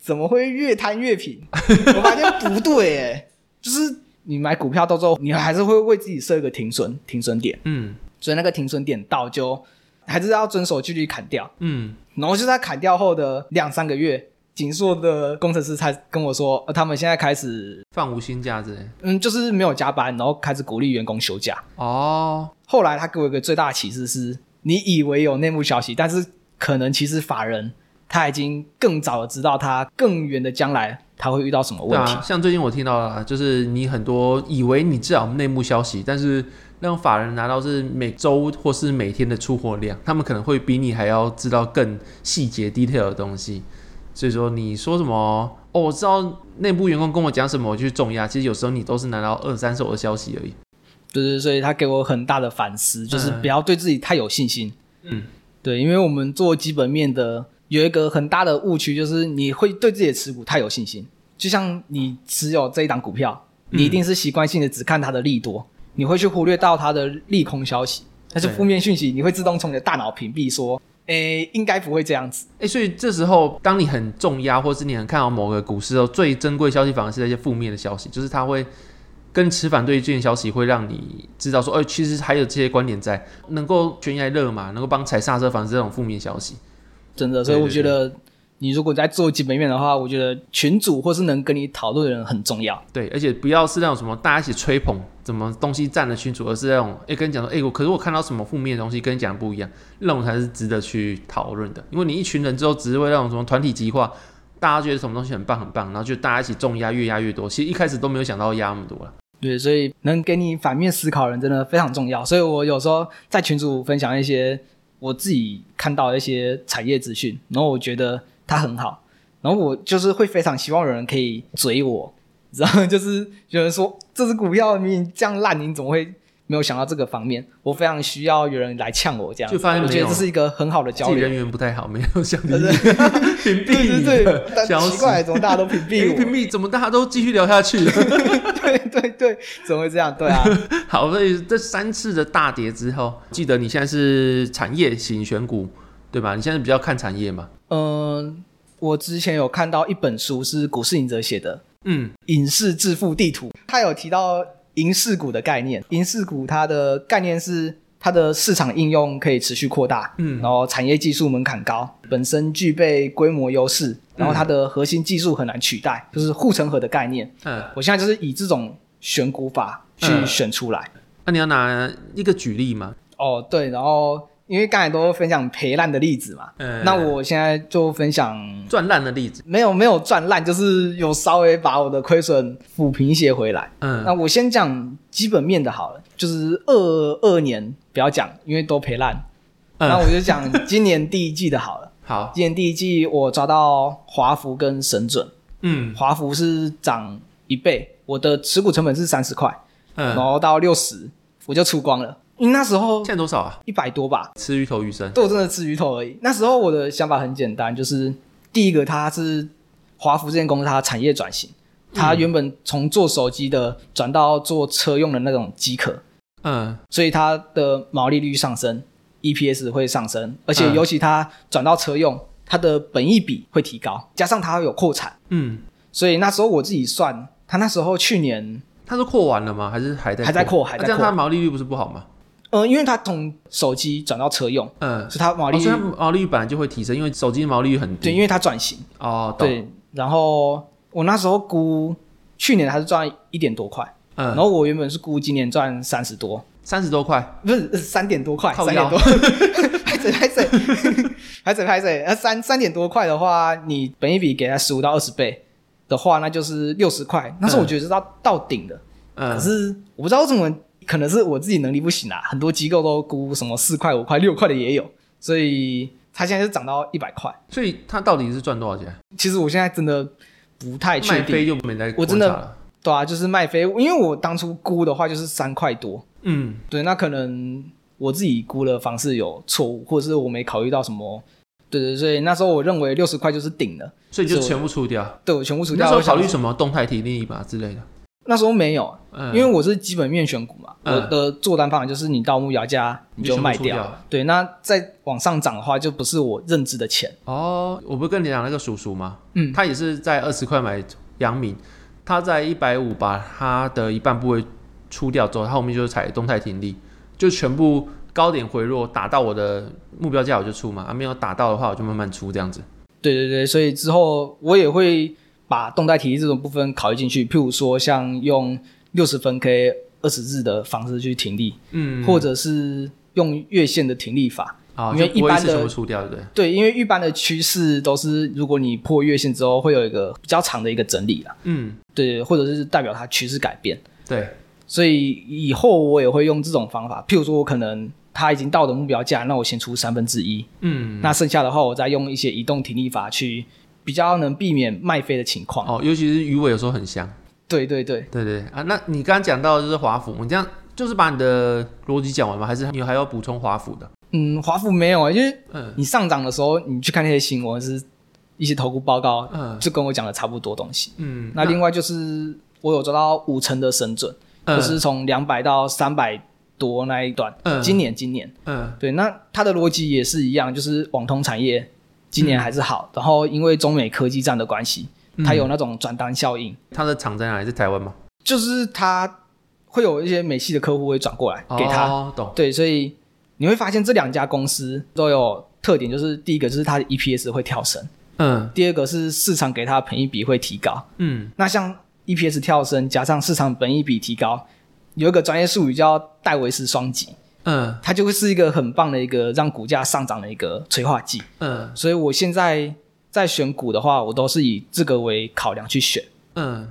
S2: 怎么会越摊越平？ 我发现不对哎、就是你买股票到最后，你还是会为自己设一个停损停损点，
S1: 嗯
S2: 所以那个停损点到就还是要遵守纪律砍掉。
S1: 嗯，
S2: 然后就在砍掉后的两三个月，锦硕的工程师才跟我说，呃他们现在开始
S1: 放无薪假之类。
S2: 嗯，就是没有加班，然后开始鼓励员工休假。
S1: 哦，
S2: 后来他给我一个最大的启示是，你以为有内幕消息，但是可能其实法人他已经更早的知道他更远的将来他会遇到什么
S1: 对啊
S2: 问题。
S1: 啊，像最近我听到了，就是你很多以为你知道内幕消息，但是让法人拿到是每周或是每天的出货量，他们可能会比你还要知道更细节 detail 的东西。所以说你说什么哦，我知道内部员工跟我讲什么，我就去重压。其实有时候你都是拿到二三手的消息而已。
S2: 对对，所以他给我很大的反思，就是
S1: 嗯
S2: 不要对自己太有信心。
S1: 嗯，
S2: 对，因为我们做基本面的有一个很大的误区，就是你会对自己的持股太有信心。就像你持有这一档股票，
S1: 嗯
S2: 你一定是习惯性的只看它的利多，你会去忽略到它的利空消息，但是
S1: 对
S2: 负面讯息你会自动从你的大脑屏蔽，说，诶，应该不会这样子。
S1: 哎、所以这时候，当你很重压，或是你很看好某个股市的时候，最珍贵的消息反而是那些负面的消息，就是它会跟持反对意见的消息，会让你知道说，哎、其实还有这些观点在，能够悬崖勒马，能够帮踩刹车，反而是这种负面消息。
S2: 真的，所以
S1: 对
S2: 我
S1: 对
S2: 觉得你如果在做基本面的话，我觉得群主或是能跟你讨论的人很重要。
S1: 对，而且不要是那种什么大家一起吹捧，怎么东西占了群主，而是那种哎、跟你讲说，哎、我可是我看到什么负面的东西跟你讲的不一样，那种才是值得去讨论的。因为你一群人之后，只是会那种什么团体极化，大家觉得什么东西很棒很棒，然后就大家一起重压，越压越多。其实一开始都没有想到压那么多了。
S2: 对，所以能给你反面思考的人真的非常重要。所以我有时候在群组分享一些我自己看到的一些产业资讯，然后我觉得它很好，然后我就是会非常希望有人可以追我，然后就是有人说这只股票明明这样烂，你怎么会没有想到这个方面？我非常需要有人来呛我这样子，
S1: 就发现
S2: 我觉
S1: 没
S2: 得
S1: 有
S2: 这是一个很好的
S1: 自
S2: 交
S1: 己
S2: 流
S1: 人。缘不太好，没有想你
S2: 对
S1: 屏蔽
S2: 对
S1: 你
S2: 对对
S1: 的，
S2: 但
S1: 消
S2: 奇
S1: 息。
S2: 怪，怎么大家都屏
S1: 哎
S2: 蔽
S1: 屏
S2: 我？
S1: 蔽怎么大家都继续聊下去？
S2: 对对对，怎么会这样？对啊，
S1: 好，所以这三次的大跌之后，记得你现在是产业型选股，对吧？你现在比较看产业嘛？
S2: 嗯，我之前有看到一本书是股市赢者写的《
S1: 嗯，
S2: 影视致富地图》，他有提到银饰股的概念。银饰股它的概念是它的市场应用可以持续扩大，
S1: 嗯
S2: 然后产业技术门槛高，本身具备规模优
S1: 嗯
S2: 势，然后它的核心技术很难取代，就是护城河的概念。
S1: 嗯，
S2: 我现在就是以这种选股法去
S1: 嗯
S2: 选出来。
S1: 那你要拿一个举例嘛？
S2: 哦，对，然后因为刚才都分享赔烂的例子嘛，
S1: 嗯
S2: 那我现在就分享
S1: 赚烂的例子，
S2: 没有没有赚烂，就是有稍微把我的亏损抚平一些回来。那
S1: 嗯，
S2: 我先讲基本面的好了，就是二二年不要讲，因为都赔烂。那
S1: 嗯，
S2: 我就讲今年第一季的好了。
S1: 好，
S2: 今年第一季我抓到华孚跟神准，
S1: 嗯
S2: 华孚是涨一倍，我的持股成本是三十块，然
S1: 嗯，
S2: 后到六十我就出光了，因为那时候
S1: 现在多少啊？
S2: 一百多吧，
S1: 吃鱼头鱼身，
S2: 对我真的吃鱼头而已。那时候我的想法很简单，就是第一个，它是华孚这间公司，它产业转型，它原本从做手机的转到做车用的那种机壳，
S1: 嗯
S2: 所以它的毛利率上升，EPS 会上升，而且
S1: 嗯
S2: 尤其它转到车用，它的本益比会提高，加上它有扩产，
S1: 嗯，
S2: 所以那时候我自己算，它那时候去年，
S1: 它是扩完了吗？还是还在
S2: 还在扩还
S1: 那
S2: 在
S1: 这样
S2: 扩
S1: 它毛利率不是不好吗？
S2: 呃，因为它从手机转到车用，
S1: 嗯，
S2: 所以它毛利
S1: 哦
S2: 率、
S1: 所以它毛利率本来就会提升，因为手机毛利率很
S2: 对，
S1: 低。
S2: 因为它转型。
S1: 哦，懂，
S2: 对，然后我那时候估去年还是赚一点多块，然
S1: 嗯，
S2: 后我原本是估今年赚三十多，
S1: 三十多块，
S2: 不是三点多块，
S1: 靠
S2: 三点
S1: 腰
S2: 多， 拍谁拍谁，拍谁拍谁，那呃三三点多块的话，你本一笔给他十五到二十倍的话，那就是六十块，那是我觉得是到、到顶的，可
S1: 嗯，
S2: 是我不知道为什么，可能是我自己能力不行啊，很多机构都估什么四块、五块、六块的也有，所以它现在就涨到一百块。
S1: 所以它到底是赚多少钱？
S2: 其实我现在真的不太确
S1: 卖
S2: 定
S1: 飞。就没来，
S2: 我真的
S1: 了。
S2: 对啊，就是卖飞，因为我当初估的话就是三块多，
S1: 嗯
S2: 对，那可能我自己估的方式有错误，或者是我没考虑到什么，对对，所以那时候我认为六十块就是顶了，，
S1: 所以就
S2: 所以我
S1: 全部出掉。
S2: 对我全部除
S1: 你那
S2: 掉。
S1: 时候
S2: 我想
S1: 考虑什么动态提力吧之类的？
S2: 那时候没有，
S1: 嗯，
S2: 因为我是基本面选股嘛，
S1: 嗯
S2: 我的做单方法就是你到目标价你
S1: 你
S2: 就
S1: 全部
S2: 卖
S1: 出
S2: 掉，
S1: 掉
S2: 对，那再往上涨的话就不是我认知的钱，
S1: 哦，我不是跟你讲那个叔叔吗？
S2: 嗯
S1: 他也是在二十块买阳明，他在一百五把他的一半部位出掉之后，他后面就是采动态停利，就全部高点回落打到我的目标价我就出嘛，啊没有打到的话我就慢慢出这样子。
S2: 对对对，所以之后我也会把动态体力这种部分考虑进去，譬如说像用六十分 K 二十日的方式去停利，
S1: 嗯，
S2: 或者是用月线的停利法。
S1: 啊，
S2: 因为
S1: 就不会
S2: 哦一般
S1: 是
S2: 的
S1: 全部出掉，对不对？
S2: 对，因为一般的趋势都是，如果你破月线之后，会有一个比较长的一个整理啦。
S1: 嗯，
S2: 对，或者是代表它趋势改变。
S1: 对，
S2: 所以以后我也会用这种方法，譬如说我可能他已经到的目标价，那我先出三分之一，
S1: 嗯，
S2: 那剩下的话我再用一些移动停力法去比较能避免卖飞的情况。
S1: 哦，尤其是鱼尾有时候很香。
S2: 对对对，
S1: 对对对啊，那你刚刚讲到的就是华府，你这样就是把你的逻辑讲完吗？还是你还要补充华府的？
S2: 嗯，华富没有啊，因为
S1: 嗯
S2: 你上涨的时候，你去看那些新闻是一些投顾报告，
S1: 嗯
S2: 就跟我讲的差不多东西。
S1: 嗯，
S2: 那另外就是我有抓到五成的神准，
S1: 嗯
S2: 就是从两百到三百多那一段。
S1: 嗯
S2: 今年今年
S1: 嗯
S2: 对，那它的逻辑也是一样，就是网通产业今年还是好，然后因为中美科技战的关系，它有那种转单效应，
S1: 它的厂在哪里？在台湾吗？
S2: 就是它会有一些美系的客户会转过来给他。
S1: 哦、懂
S2: 对，所以你会发现这两家公司都有特点，就是第一个就是它的 EPS 会跳升，
S1: 嗯
S2: 第二个是市场给它的本益比会提高。
S1: 嗯
S2: 那像 EPS 跳升加上市场本益比提高，有一个专业术语叫戴维斯双极，
S1: 嗯
S2: 它就会是一个很棒的一个让股价上涨的一个催化剂。
S1: 嗯
S2: 所以我现在在选股的话，我都是以这个为考量去选。
S1: 嗯，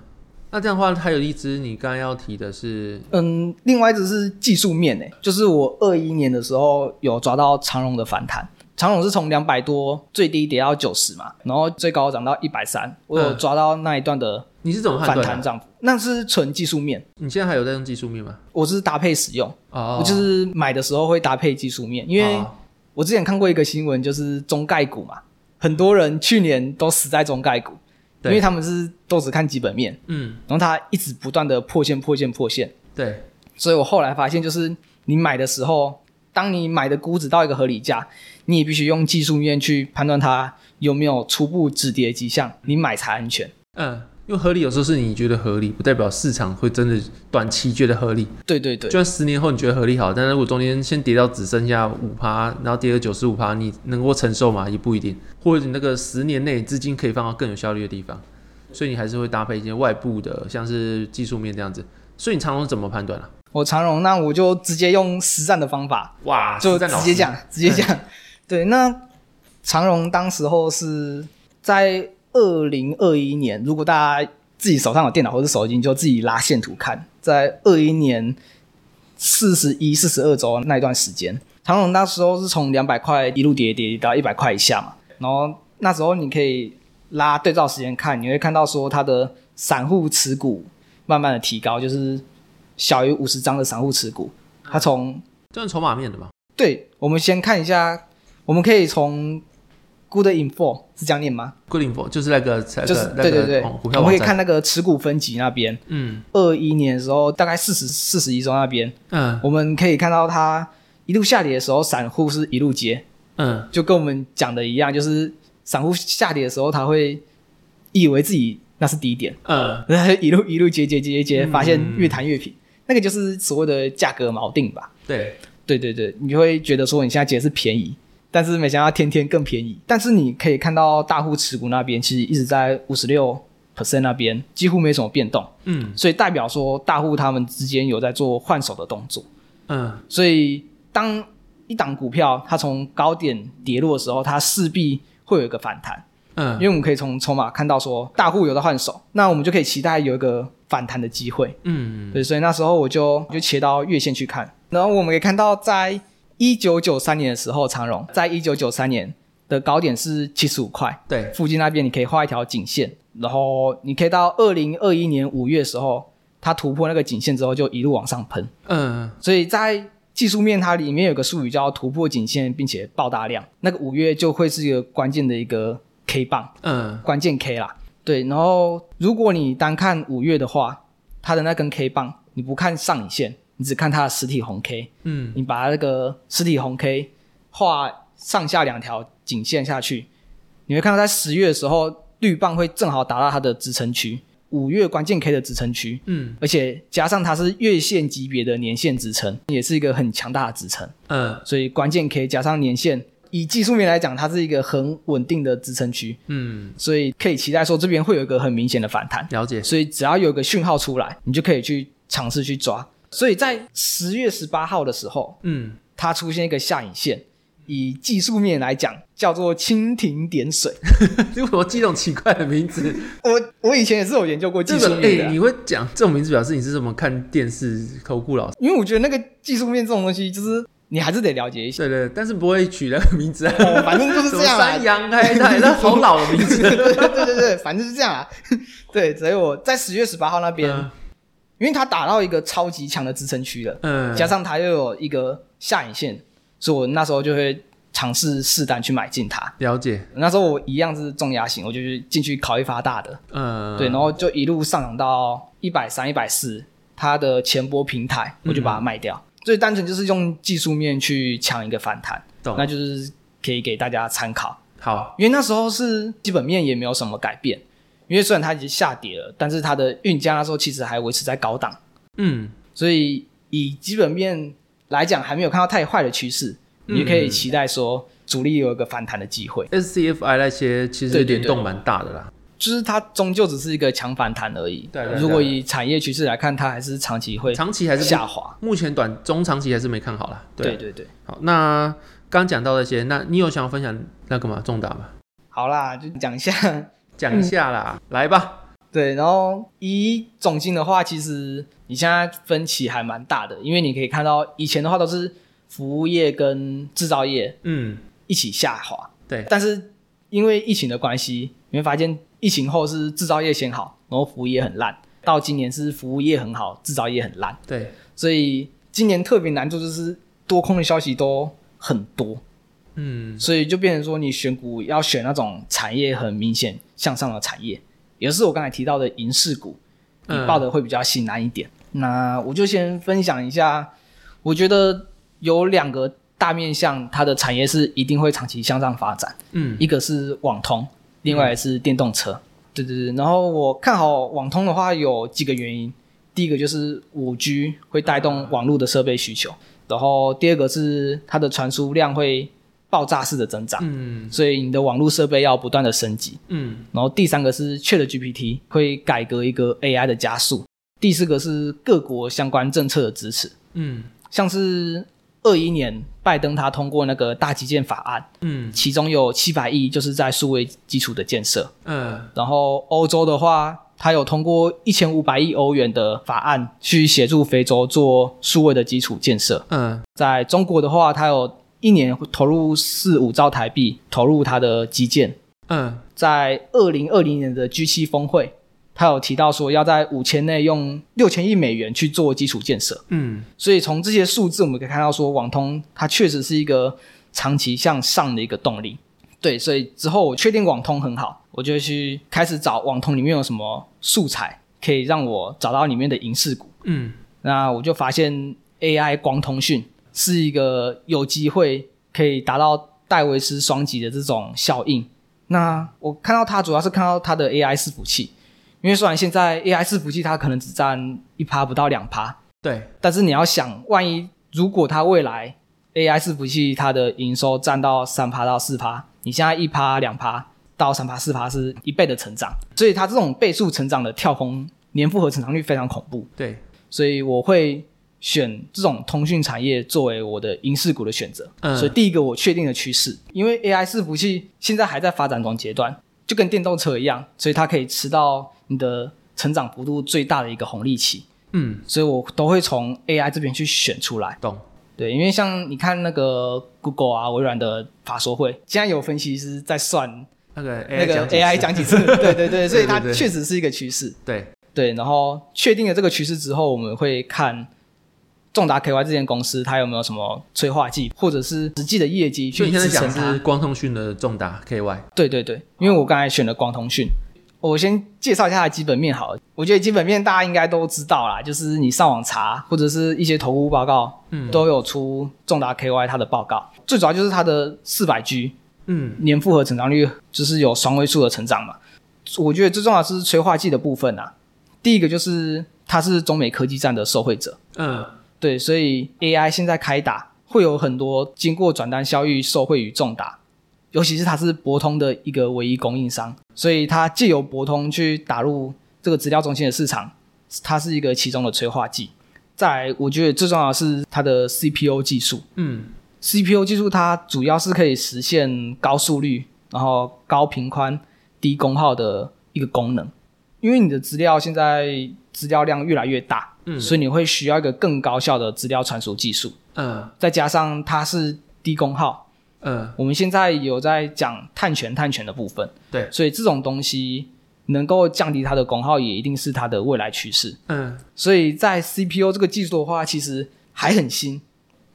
S1: 那这样的话，还有一支你刚刚要提的是
S2: 嗯，另外一只是技术面诶、就是我二一年的时候有抓到长荣的反弹，长荣是从两百多最低跌到九十嘛，然后最高涨到一百三，我有抓到那一段的
S1: 你是怎么嗯判
S2: 反
S1: 断
S2: 弹
S1: 的？
S2: 涨幅，那是纯技术面，
S1: 你现在还有在用技术面吗？
S2: 我是搭配使用，
S1: 哦，
S2: 我就是买的时候会搭配技术面，因为
S1: 哦
S2: 我之前看过一个新闻，就是中概股嘛，很多人去年都死在中概股，因
S1: 对
S2: 为他们是都只看基本面，
S1: 嗯
S2: 然后它一直不断的破线破线破线。
S1: 对
S2: 所以我后来发现，就是你买的时候，当你买的估值到一个合理价，你也必须用技术面去判断它有没有初步止跌迹象，你买才安全。
S1: 嗯。因为合理有时候是你觉得合理，不代表市场会真的短期觉得合理。
S2: 对对对
S1: 就，算十年后你觉得合理好，但是如果中间先跌到只剩下五趴，然后跌到九十五趴，你能够承受吗？也不一定。或者你那个十年内资金可以放到更有效率的地方，所以你还是会搭配一些外部的，像是技术面这样子。所以你长龙怎么判断啊？
S2: 我长荣，那我就直接用实战的方法，
S1: 哇
S2: 就直接讲，直接讲。对，那长荣当时候是在二零二一年，如果大家自己手上有电脑或者手机，你就自己拉线图看，在二一年四十一、四十二周那一段时间，长荣那时候是从两百块一路跌跌到一百块以下嘛，然后那时候你可以拉对照时间看，你会看到说它的散户持股慢慢的提高，就是小于五十张的散户持股，它从
S1: 这是筹码面的嘛？
S2: 对，我们先看一下，我们可以从 Good Info 是这样念吗？
S1: 桂林佛就是那个那个
S2: 就是
S1: 那
S2: 对
S1: 个
S2: 对对，
S1: 网股
S2: 我
S1: 票
S2: 们可
S1: 网
S2: 以看
S1: 站，
S2: 那个持股分级那边，
S1: 嗯
S2: 二一年的时候大概四十四十一周那边，
S1: 嗯
S2: 我们可以看到它一路下跌的时候，散户是一路接，
S1: 嗯
S2: 就跟我们讲的一样，就是散户下跌的时候，他会以为自己那是低点，
S1: 嗯，
S2: 然后一路一路接接接接接，
S1: 嗯
S2: 发现越弹越平，那个就是所谓的价格锚定吧。
S1: 对，
S2: 对对对，你就会觉得说你现在接是便宜，但是没想到天天更便宜。但是你可以看到大户持股那边其实一直在五十六 percent 那边几乎没什么变动，
S1: 嗯
S2: 所以代表说大户他们之间有在做换手的动作。
S1: 嗯
S2: 所以当一档股票它从高点跌落的时候，它势必会有一个反弹，因
S1: 嗯
S2: 为我们可以从筹码看到说大户有在换手，那我们就可以期待有一个反弹的机会。
S1: 嗯
S2: 对，所以那时候我就就切到月线去看，然后我们可以看到，在一九九三年的时候，长荣在一九九三年的高点是七十五块
S1: 对，
S2: 附近那边，你可以画一条颈线，然后你可以到二零二一年五月的时候，它突破那个颈线之后就一路往上喷，
S1: 嗯
S2: 所以在技术面它里面有个术语叫突破颈线并且爆大量，那个五月就会是一个关键的一个 K 棒。
S1: 嗯
S2: 关键 K 啦。对，然后如果你单看五月的话，它的那根 K 棒，你不看上影线，你只看它的实体红 K，
S1: 嗯
S2: 你把那个实体红 K 画上下两条颈线下去，你会看到在十月的时候，绿棒会正好达到它的支撑区，五月关键 K 的支撑区，
S1: 嗯
S2: 而且加上它是月线级别的年线支撑，也是一个很强大的支撑。
S1: 嗯
S2: 所以关键 K 加上年线，以技术面来讲，它是一个很稳定的支撑区。
S1: 嗯，
S2: 所以可以期待说这边会有一个很明显的反弹。
S1: 了解，
S2: 所以只要有一个讯号出来，你就可以去尝试去抓。所以在十月十八号的时候，
S1: 嗯
S2: 它出现一个下影线，以技术面来讲，叫做蜻蜓点水。
S1: 你为什么记这种奇怪的名 字？
S2: 我我以前也是有研究过技
S1: 这个
S2: 术面的啊、
S1: 哎、你会讲这种名字，表示你是什么看电视投顾老师？
S2: 因为我觉得那个技术面这种东西，就是你还是得了解一下。
S1: 对对，但是不会取那个名字啊。
S2: 哦反正就
S1: 什
S2: 是这
S1: 么
S2: 样啊
S1: 山，羊开泰，那 好老的名 字。嗯
S2: 对对对对对，反正是这样啊。对，所以我在十月十八号那边，
S1: 嗯
S2: 因为它打到一个超级强的支撑区了，
S1: 嗯，
S2: 加上它又有一个下影线，所以我那时候就会尝试试单去买进它。
S1: 了解。
S2: 那时候我一样是重压型，我就去进去考一发大的，
S1: 嗯，
S2: 对，然后就一路上涨到一百三、一百四，它的前波平台
S1: 嗯
S2: 我就把它卖掉。所以单纯就是用技术面去抢一个反弹，
S1: 懂
S2: 那就是可以给大家参考。
S1: 好，
S2: 因为那时候是基本面也没有什么改变，因为虽然它已经下跌了，但是它的运价那时候其实还维持在高档，
S1: 嗯，
S2: 所以以基本面来讲，还没有看到太坏的趋势，
S1: 嗯
S2: 你也可以期待说主力有一个反弹的机会，
S1: SCFI 那些其实
S2: 对对
S1: 联动蛮大的啦。
S2: 就是它终究只是一个强反弹而已。
S1: 对对对
S2: 如果以产业趋势来看，它还是长期会
S1: 长期还是不
S2: 下滑。
S1: 目前短中长期还是没看好啦。
S2: 对
S1: 啊，
S2: 对对，
S1: 好，那刚讲到那些，那你有想要分享那个吗？重打吗？
S2: 好啦，就讲一下。
S1: 讲一下
S2: 嗯
S1: 啦，来吧。
S2: 对，然后以总金的话，其实你现在分歧还蛮大的，因为你可以看到以前的话都是服务业跟制造业
S1: 嗯，
S2: 一起下滑，
S1: 对，
S2: 但是因为疫情的关系，你会发现疫情后是制造业先好，然后服务业很烂，到今年是服务业很好，制造业很烂，
S1: 对，
S2: 所以今年特别难做就是多空的消息都很多，
S1: 嗯，
S2: 所以就变成说，你选股要选那种产业很明显向上的产业，也就是我刚才提到的银饰股，你
S1: 嗯
S2: 报的会比较心安一点。那我就先分享一下，我觉得有两个大面向，它的产业是一定会长期向上发展，
S1: 嗯，
S2: 一个是网通，另外是电动车。对对对，然后我看好网通的话有几个原因，第一个就是五 G 会带动网络的设备需求，然后第二个是它的传输量会爆炸式的增长，
S1: 嗯
S2: 所以你的网络设备要不断的升级。
S1: 嗯，
S2: 然后第三个是 ChatGPT 会改革一个 AI 的加速，第四个是各国相关政策的支持，
S1: 嗯
S2: 像是二一年拜登他通过那个大基建法案，
S1: 嗯
S2: 其中有七百亿就是在数位基础的建设，
S1: 嗯，
S2: 然后欧洲的话，它有通过一千五百亿欧元的法案去协助非洲做数位的基础建设。
S1: 嗯，
S2: 在中国的话，它有一年投入四五兆台币投入它的基建。
S1: 嗯，
S2: 在二零二零年的 G 7峰会，它有提到说要在五千内用六千亿美元去做基础建设。
S1: 嗯，
S2: 所以从这些数字，我们可以看到说，网通它确实是一个长期向上的一个动力。对，所以之后我确定网通很好，我就会去开始找网通里面有什么素材可以让我找到里面的银饰股。
S1: 嗯，
S2: 那我就发现 AI 光通讯是一个有机会可以达到戴维斯双极的这种效应。那我看到它主要是看到它的 AI 伺服器，因为虽然现在 AI 伺服器它可能只占一趴不到两趴，
S1: 对，
S2: 但是你要想，万一如果它未来 AI 伺服器它的营收占到三趴到四趴，你现在一趴两趴到三趴四趴是一倍的成长，所以它这种倍数成长的跳空年复合成长率非常恐怖，
S1: 对，
S2: 所以我会选这种通讯产业作为我的银饰股的选择。
S1: 嗯
S2: 所以第一个我确定的趋势，因为 AI 伺服器现在还在发展中阶段，就跟电动车一样，所以它可以吃到你的成长幅度最大的一个红利期。
S1: 嗯，
S2: 所以我都会从 AI 这边去选出来。
S1: 懂，
S2: 对，因为像你看那个 Google 啊、微软的法说会，现在有分析师在算
S1: 那个
S2: 那个
S1: 解
S2: AI
S1: 释
S2: 讲几次， 对对对，所以它
S1: 对对对
S2: 确实是一个趋势。
S1: 对，
S2: 对，然后确定了这个趋势之后，我们会看重达 KY 这间公司它有没有什么催化剂，或者是实际的业绩
S1: 所以
S2: 去
S1: 你现在
S2: 支
S1: 讲
S2: 撑
S1: 是
S2: 它。
S1: 光通讯的重达 KY，
S2: 对对对，因为我刚才选了光通讯。我先介绍一下它的基本面好了，我觉得基本面大家应该都知道啦，就是你上网查或者是一些投顾报告，
S1: 嗯
S2: 都有出重达 KY 它的报告，最主要就是它的四百 G
S1: 嗯
S2: 年复合成长率就是有双位数的成长嘛。我觉得最重要的是催化剂的部分啊，第一个就是它是中美科技战的受惠者，
S1: 嗯
S2: 对，所以 AI 现在开打会有很多经过转单效益受惠于重达，尤其是它是博通的一个唯一供应商，所以它借由博通去打入这个资料中心的市场，它是一个其中的催化剂。再来，我觉得最重要的是它的 CPO 技术
S1: 嗯
S2: CPU 技术它主要是可以实现高速率，然后高频宽、低功耗的一个功能。因为你的资料现在资料量越来越大，
S1: 嗯
S2: 所以你会需要一个更高效的资料传输技术，
S1: 嗯
S2: 再加上它是低功耗，
S1: 嗯，
S2: 我们现在有在讲碳权、碳权的部分，
S1: 对，
S2: 所以这种东西能够降低它的功耗，也一定是它的未来趋势。
S1: 嗯
S2: 所以在 CPU 这个技术的话，其实还很新。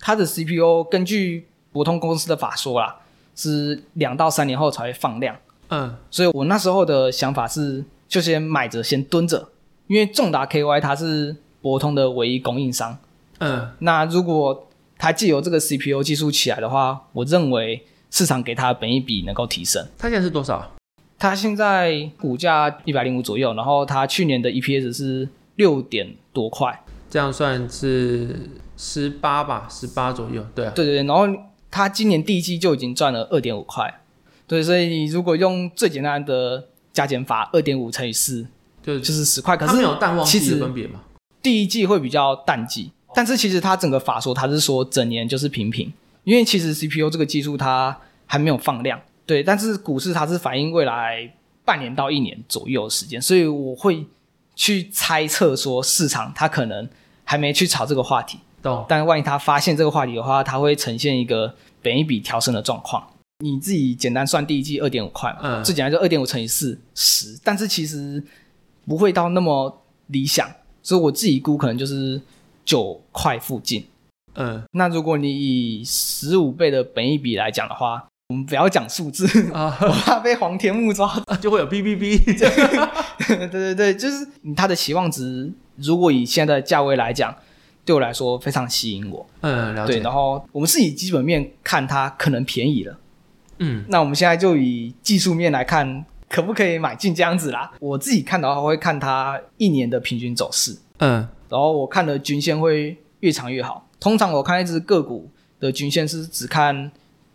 S2: 它的 CPU 根据博通公司的法说啦，是两到三年后才会放量。
S1: 嗯
S2: 所以我那时候的想法是，就先买着，先蹲着，因为重达 KY 它是博通的唯一供应商。
S1: 嗯
S2: 那如果它既有这个 CPU 技术起来的话，我认为市场给它的本益比能够提升。
S1: 它现在是多少？
S2: 它现在股价一百零五左右，然后它去年的 EPS 是六点多块，
S1: 这样算是十八吧，十八左右。对啊，
S2: 对对对，然后它今年第一季就已经赚了二点五块，对，所以你如果用最简单的加减法，二点五乘以四
S1: 就是
S2: 就是十块，可
S1: 它没
S2: 是
S1: 有淡旺
S2: 其
S1: 季
S2: 实
S1: 的分别嘛？
S2: 第一季会比较淡季，但是其实它整个法说它是说整年就是平平，因为其实 CPU 这个技术它还没有放量，对，但是股市它是反映未来半年到一年左右的时间，所以我会去猜测说市场它可能还没去炒这个话题，
S1: 懂？
S2: 但万一它发现这个话题的话，它会呈现一个本一笔调升的状况。你自己简单算第一季二点五块嘛，
S1: 嗯
S2: 最简单就二点五乘以四十，但是其实不会到那么理想，所以我自己估可能就是九块附近。
S1: 嗯
S2: 那如果你以十五倍的本一比来讲的话，我们不要讲数字，
S1: 啊，
S2: 我怕被黄天木抓到。
S1: 就会有哔哔哔。
S2: 对对对，就是它的期望值，如果以现在的价位来讲，对我来说非常吸引我。
S1: 嗯，了
S2: 对，
S1: 解。
S2: 然后我们是以基本面看它可能便宜了，
S1: 嗯
S2: 那我们现在就以技术面来看可不可以买进这样子啦。我自己看的话会看它一年的平均走势，
S1: 嗯
S2: 然后我看的均线会越长越好。通常我看一只个股的均线是只看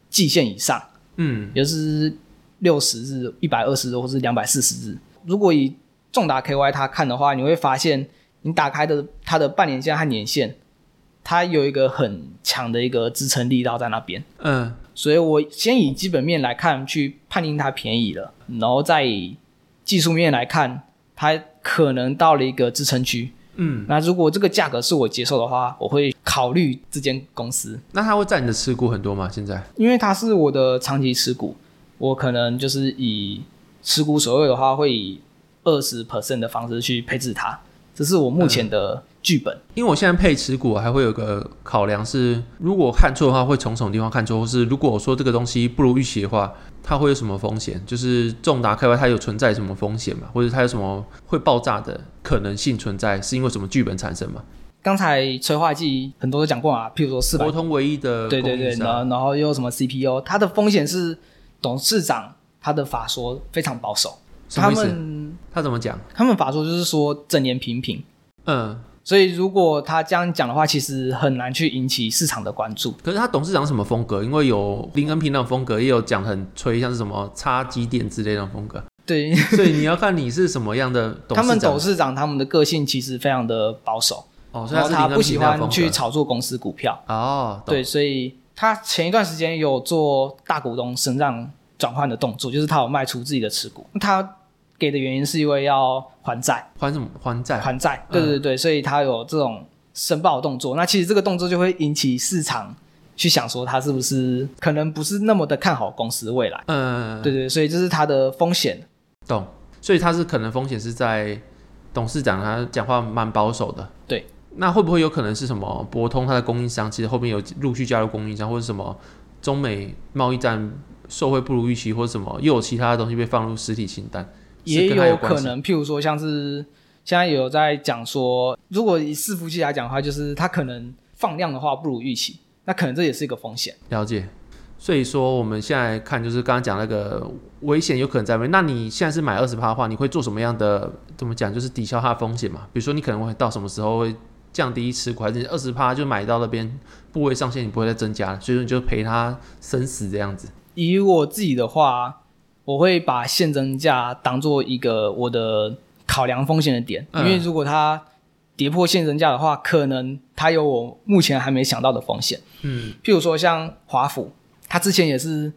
S2: 季线以上，
S1: 嗯
S2: 也就是六十日、一百二十日或是两百四十日。如果以重达 KY 它看的话，你会发现你打开的它的半年线和年线，它有一个很强的一个支撑力道在那边。
S1: 嗯
S2: 所以我先以基本面来看去判定它便宜了，然后再以技术面来看，它可能到了一个支撑区。
S1: 嗯，
S2: 那如果这个价格是我接受的话，我会考虑这间公司，
S1: 那它会占你的持股很多吗？现在？
S2: 因为它是我的长期持股，我可能就是以持股所有的话，会以二十 percent 的方式去配置它，这是我目前的剧本。
S1: 因为我现在配持股还会有个考量是，如果看错的话会从什么地方看错，或是如果我说这个东西不如预期的话，它会有什么风险？就是重达开发它有存在什么风险嘛，或者它有什么会爆炸的可能性存在，是因为什么剧本产生嘛？
S2: 刚才催化剂很多都讲过嘛，譬如说四百
S1: 国通唯一的
S2: 对对
S1: 供
S2: 对，
S1: 应
S2: 然
S1: 商
S2: 后然后又什么 CPU，它的风险是董事长他的法说非常保守，
S1: 什
S2: 他
S1: 么意思？
S2: 们
S1: 他怎么讲？
S2: 他们法说就是说整年平平，
S1: 嗯，
S2: 所以如果他这样讲的话，其实很难去引起市场的关注。
S1: 可是他董事长什么风格？因为有林恩平那种风格，也有讲很吹，像是什么插机电之类那种风格，
S2: 对
S1: 所以你要看你是什么样的董
S2: 他
S1: 事
S2: 们
S1: 长
S2: 董。事长他们的个性其实非常的保守，
S1: 哦，所以他
S2: 然后
S1: 是
S2: 他
S1: 林
S2: 不
S1: 恩
S2: 喜
S1: 平那种风
S2: 欢
S1: 格
S2: 去炒作公司股票，
S1: 哦，懂
S2: 对，所以他前一段时间有做大股东身让转换的动作，就是他有卖出自己的持股，他给的原因是因为要还债。
S1: 还什么还债？
S2: 还债，对对对，所以他有这种申报的动作。那其实这个动作就会引起市场去想说他是不是可能不是那么的看好公司未来，
S1: 嗯，
S2: 对对，所以这是它的风险。
S1: 懂。所以他是可能风险是在董事长他讲话蛮保守的。
S2: 对。
S1: 那会不会有可能是什么博通它的供应商，其实后面有陆续加入供应商，或者什么中美贸易战受惠不如预期，或者什么又有其他的东西被放入实体清单，
S2: 也
S1: 是跟它有关
S2: 可
S1: 系。
S2: 能，譬如说像是现在有在讲说，如果以伺服器来讲的话，就是它可能放量的话不如预期，那可能这也是一个风险。
S1: 了解。所以说我们现在看就是刚刚讲那个危险有可能在外面。那你现在是买二十趴的话，你会做什么样的？怎么讲？就是抵消它的风险嘛。比如说你可能会到什么时候会降低持股，还是二十趴就买到那边部位上限，你不会再增加了，所以说你就陪它生死这样子。
S2: 以我自己的话，我会把现增价当做一个我的考量风险的点，因
S1: 嗯
S2: 为如果它跌破现身价的话，可能它有我目前还没想到的风险。
S1: 嗯，
S2: 譬如说像华府，它之前也是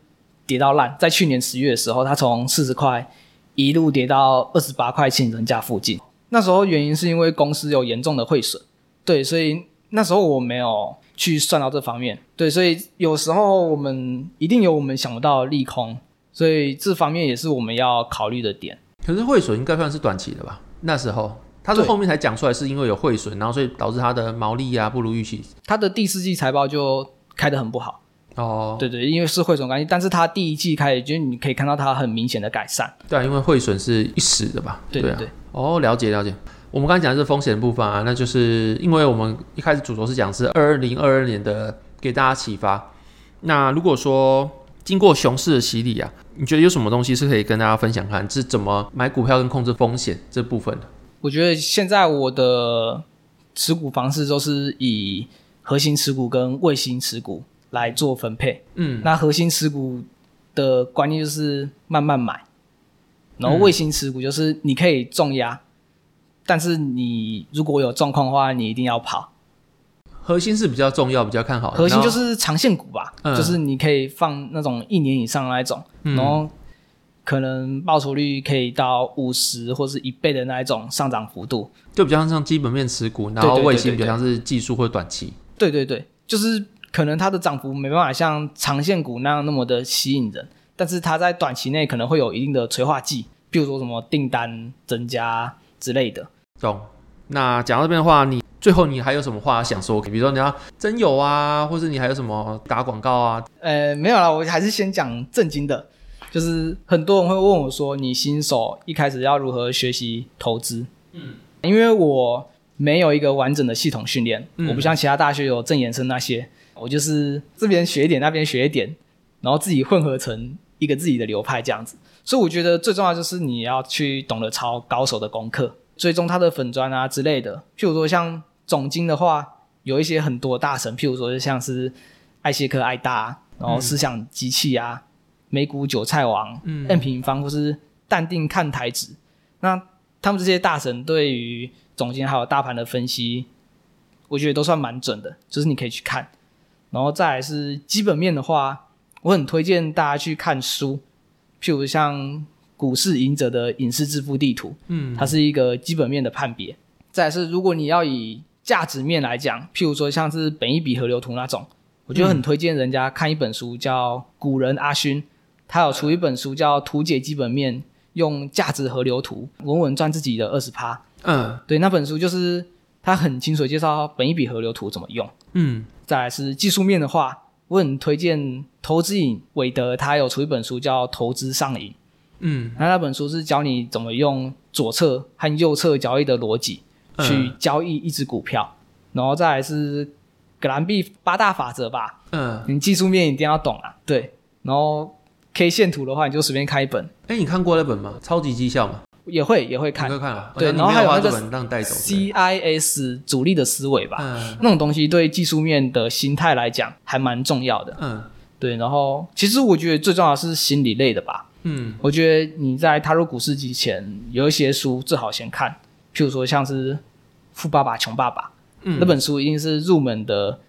S2: 跌到烂，在去年十月的时候，它从四十块一路跌到二十八块现人价附近。那时候原因是因为公司有严重的汇损，对，所以那时候我没有去算到这方面，对，所以有时候我们一定有我们想不到的利空，所以这方面也是我们要考虑的点。
S1: 可是汇损应该算是短期的吧？那时候他是
S2: 对
S1: 后面才讲出来，是因为有汇损，然后所以导致他的毛利啊不如预期。
S2: 它的第四季财报就开得很不好。
S1: 哦，
S2: 对对，因为是汇总关系，但是它第一季开始，就是你可以看到它很明显的改善。
S1: 对啊，因为汇损是一时的吧？
S2: 对
S1: 对
S2: 对
S1: 啊
S2: 对
S1: 哦，了解了解。我们刚才讲的是风险的部分啊，那就是因为我们一开始主轴是讲是二零二二年的给大家启发。那如果说经过熊市的洗礼啊，你觉得有什么东西是可以跟大家分享看，是怎么买股票跟控制风险这部分的？
S2: 我觉得现在我的持股方式都是以核心持股跟卫星持股来做分配。
S1: 嗯，
S2: 那核心持股的观念就是慢慢买，然后卫星持股就是你可以重压，但是你如果有状况的话，你一定要跑。
S1: 核心是比较重要，比较看好的。
S2: 核心就
S1: 然后
S2: 是长线股吧，
S1: 嗯
S2: 就是你可以放那种一年以上的那一种，
S1: 嗯
S2: 然后可能报酬率可以到五十或是一倍的那一种上涨幅度。
S1: 就比较像基本面持股，然后
S2: 对对对
S1: 卫星比
S2: 对
S1: 较
S2: 对
S1: 像是技术或短期。
S2: 对对对，就是可能它的涨幅没办法像长线股那样那么的吸引人，但是它在短期内可能会有一定的催化剂，比如说什么订单增加之类的。
S1: 懂。那讲到这边的话，你最后你还有什么话想说？比如说你要真有啊，或是你还有什么打广告啊？
S2: 呃，没有啦，我还是先讲正经的，就是很多人会问我说，你新手一开始要如何学习投资？嗯，因为我没有一个完整的系统训练，
S1: 嗯
S2: 我不像其他大学有正研生那些，我就是这边学一点，那边学一点，然后自己混合成一个自己的流派这样子。所以我觉得最重要就是你要去懂得抄高手的功课，追踪他的粉砖啊之类的。譬如说像总经的话，有一些很多大神，譬如说像是艾谢克、艾大啊，
S1: 嗯
S2: 然后思想机器啊、美股韭菜王、
S1: 嗯
S2: M 平方或是淡定看台指。那他们这些大神对于总经还有大盘的分析，我觉得都算蛮准的，就是你可以去看。然后再来是基本面的话，我很推荐大家去看书，譬如像《股市赢者》的《影视致富地图》，
S1: 嗯，
S2: 它是一个基本面的判别。再来是，如果你要以价值面来讲，譬如说像是本一比河流图那种，我觉得很推荐人家看一本书叫《古人阿勋》，他有出一本书叫《图解基本面》，用价值河流图稳稳赚自己的二十趴。
S1: 嗯
S2: 对，那本书就是他很清楚地介绍本一比河流图怎么用。
S1: 嗯，
S2: 再来是技术面的话，我很推荐投资瘾韦德，他有出一本书叫《投资上瘾》，
S1: 嗯，
S2: 那那本书是教你怎么用左侧和右侧交易的逻辑去交易一只股票，然后再来是格兰币八大法则吧，
S1: 嗯，
S2: 你技术面一定要懂啊，对，然后 K 线图的话，你就随便开一本，
S1: 哎、你看过那本吗？超级绩效嘛，
S2: 也会也会看
S1: 你快看了。
S2: 对
S1: 好像你
S2: 然后
S1: 没有
S2: 还
S1: 把
S2: 有
S1: 这
S2: 那个
S1: 本让你带走。对
S2: CIS 主力的思维吧，
S1: 嗯
S2: 那种东西对技术面的心态来讲还蛮重要的。
S1: 嗯
S2: 对，然后其实我觉得最重要的是心理类的吧。
S1: 嗯
S2: 我觉得你在踏入股市之前，有一些书最好先看，譬如说像是《富爸爸穷爸爸》
S1: 嗯，
S2: 那本书，一定是入门的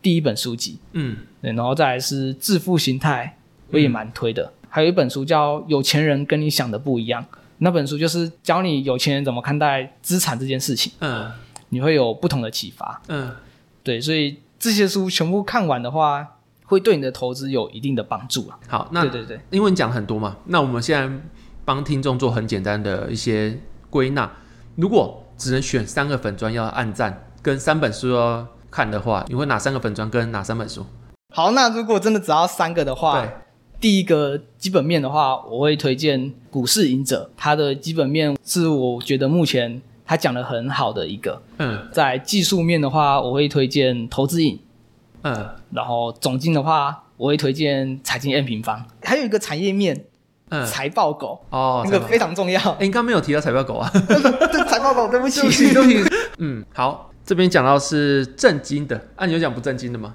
S2: 第一本书籍。
S1: 嗯
S2: 对，然后再来是《致富心态》，我也蛮推的。还有一本书叫《有钱人跟你想的不一样》，那本书就是教你有钱人怎么看待资产这件事情，
S1: 嗯
S2: 你会有不同的启发。
S1: 嗯，
S2: 对，所以这些书全部看完的话，会对你的投资有一定的帮助啊。
S1: 好，那
S2: 对对对。
S1: 因为你讲很多嘛，那我们现在帮听众做很简单的一些归纳。如果只能选三个粉砖要按赞，跟三本书要看的话，你会哪三个粉砖跟哪三本书？
S2: 好，那如果真的只要三个的话
S1: 对，，
S2: 第一个基本面的话，我会推荐《股市赢者》，它的基本面是我觉得目前它讲的很好的一个。
S1: 嗯
S2: 在技术面的话，我会推荐《投资瘾》，
S1: 嗯
S2: 然后总经的话，我会推荐《财经 M 平方》，还有一个产业面
S1: 嗯，
S2: 财报狗，
S1: 哦，
S2: 那
S1: 财
S2: 个
S1: 报
S2: 非常重要。
S1: 哎、你刚刚没有提到财报狗啊？
S2: 这财报狗，对不起，
S1: 对不起。嗯，好，这边讲到是正经的，啊，你有讲不正经的吗？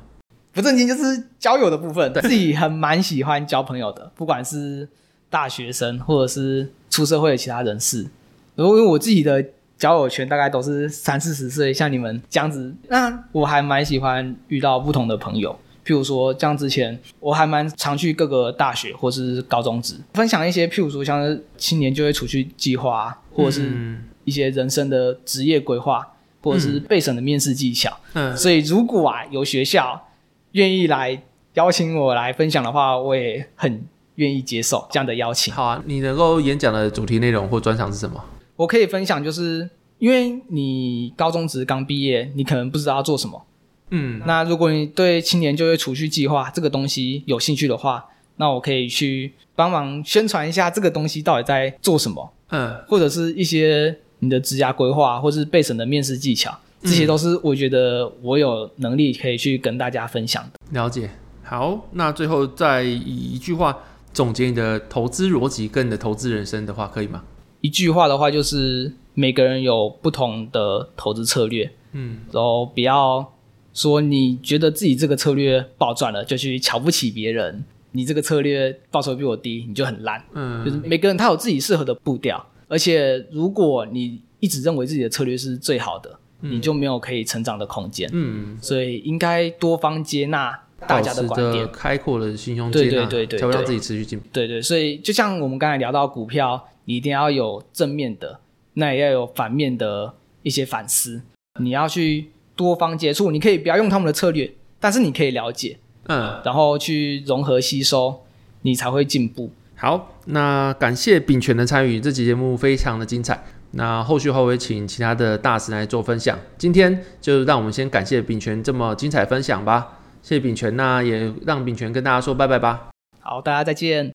S2: 不正经就是交友的部分，
S1: 对
S2: 自己很蛮喜欢交朋友的，不管是大学生或者是出社会的其他人士。然后因为我自己的交友圈大概都是三四十岁，像你们这样子，那我还蛮喜欢遇到不同的朋友。譬如说，像之前我还蛮常去各个大学或是高中职分享一些，譬如说像是青年就业储蓄计划、啊，或者是
S1: 嗯
S2: 一些人生的职业规划，或者是备审的面试技巧。
S1: 嗯，
S2: 所以如果啊有学校愿意来邀请我来分享的话，我也很愿意接受这样的邀请。
S1: 好啊，你能够演讲的主题内容或专长是什么？
S2: 我可以分享，就是因为你高中只是刚毕业，你可能不知道要做什么。
S1: 嗯
S2: 那如果你对青年就业储蓄计划这个东西有兴趣的话，那我可以去帮忙宣传一下这个东西到底在做什么，
S1: 嗯
S2: 或者是一些你的职涯规划，或是备审的面试技巧，这些都是我觉得我有能力可以去跟大家分享的。
S1: 了解。好，那最后再以一句话总结你的投资逻辑跟你的投资人生的话，可以吗？
S2: 一句话的话，就是每个人有不同的投资策略，
S1: 嗯，
S2: 然后不要说你觉得自己这个策略爆赚了，就去瞧不起别人。你这个策略报酬比我低，你就很烂。
S1: 嗯，
S2: 就是每个人他有自己适合的步调，而且如果你一直认为自己的策略是最好的，你就没有可以成长的空间。
S1: 嗯，
S2: 所以应该多方接纳大家的
S1: 保持
S2: 观
S1: 着
S2: 点。
S1: 开阔的心胸接
S2: 对
S1: 纳，
S2: 对对对
S1: 才会让
S2: 对
S1: 自己持续进步。
S2: 对对，所以就像我们刚才聊到股票，你一定要有正面的，那也要有反面的一些反思。你要去多方接触，你可以不要用他们的策略，但是你可以了解，
S1: 嗯，
S2: 然后去融合吸收，你才会进步。
S1: 好，那感谢秉权的参与，这期节目非常的精彩。那后续的话，我会请其他的大神来做分享。今天就让我们先感谢秉权这么精彩的分享吧，谢谢秉权，那也让秉权跟大家说拜拜吧。
S2: 好，大家再见。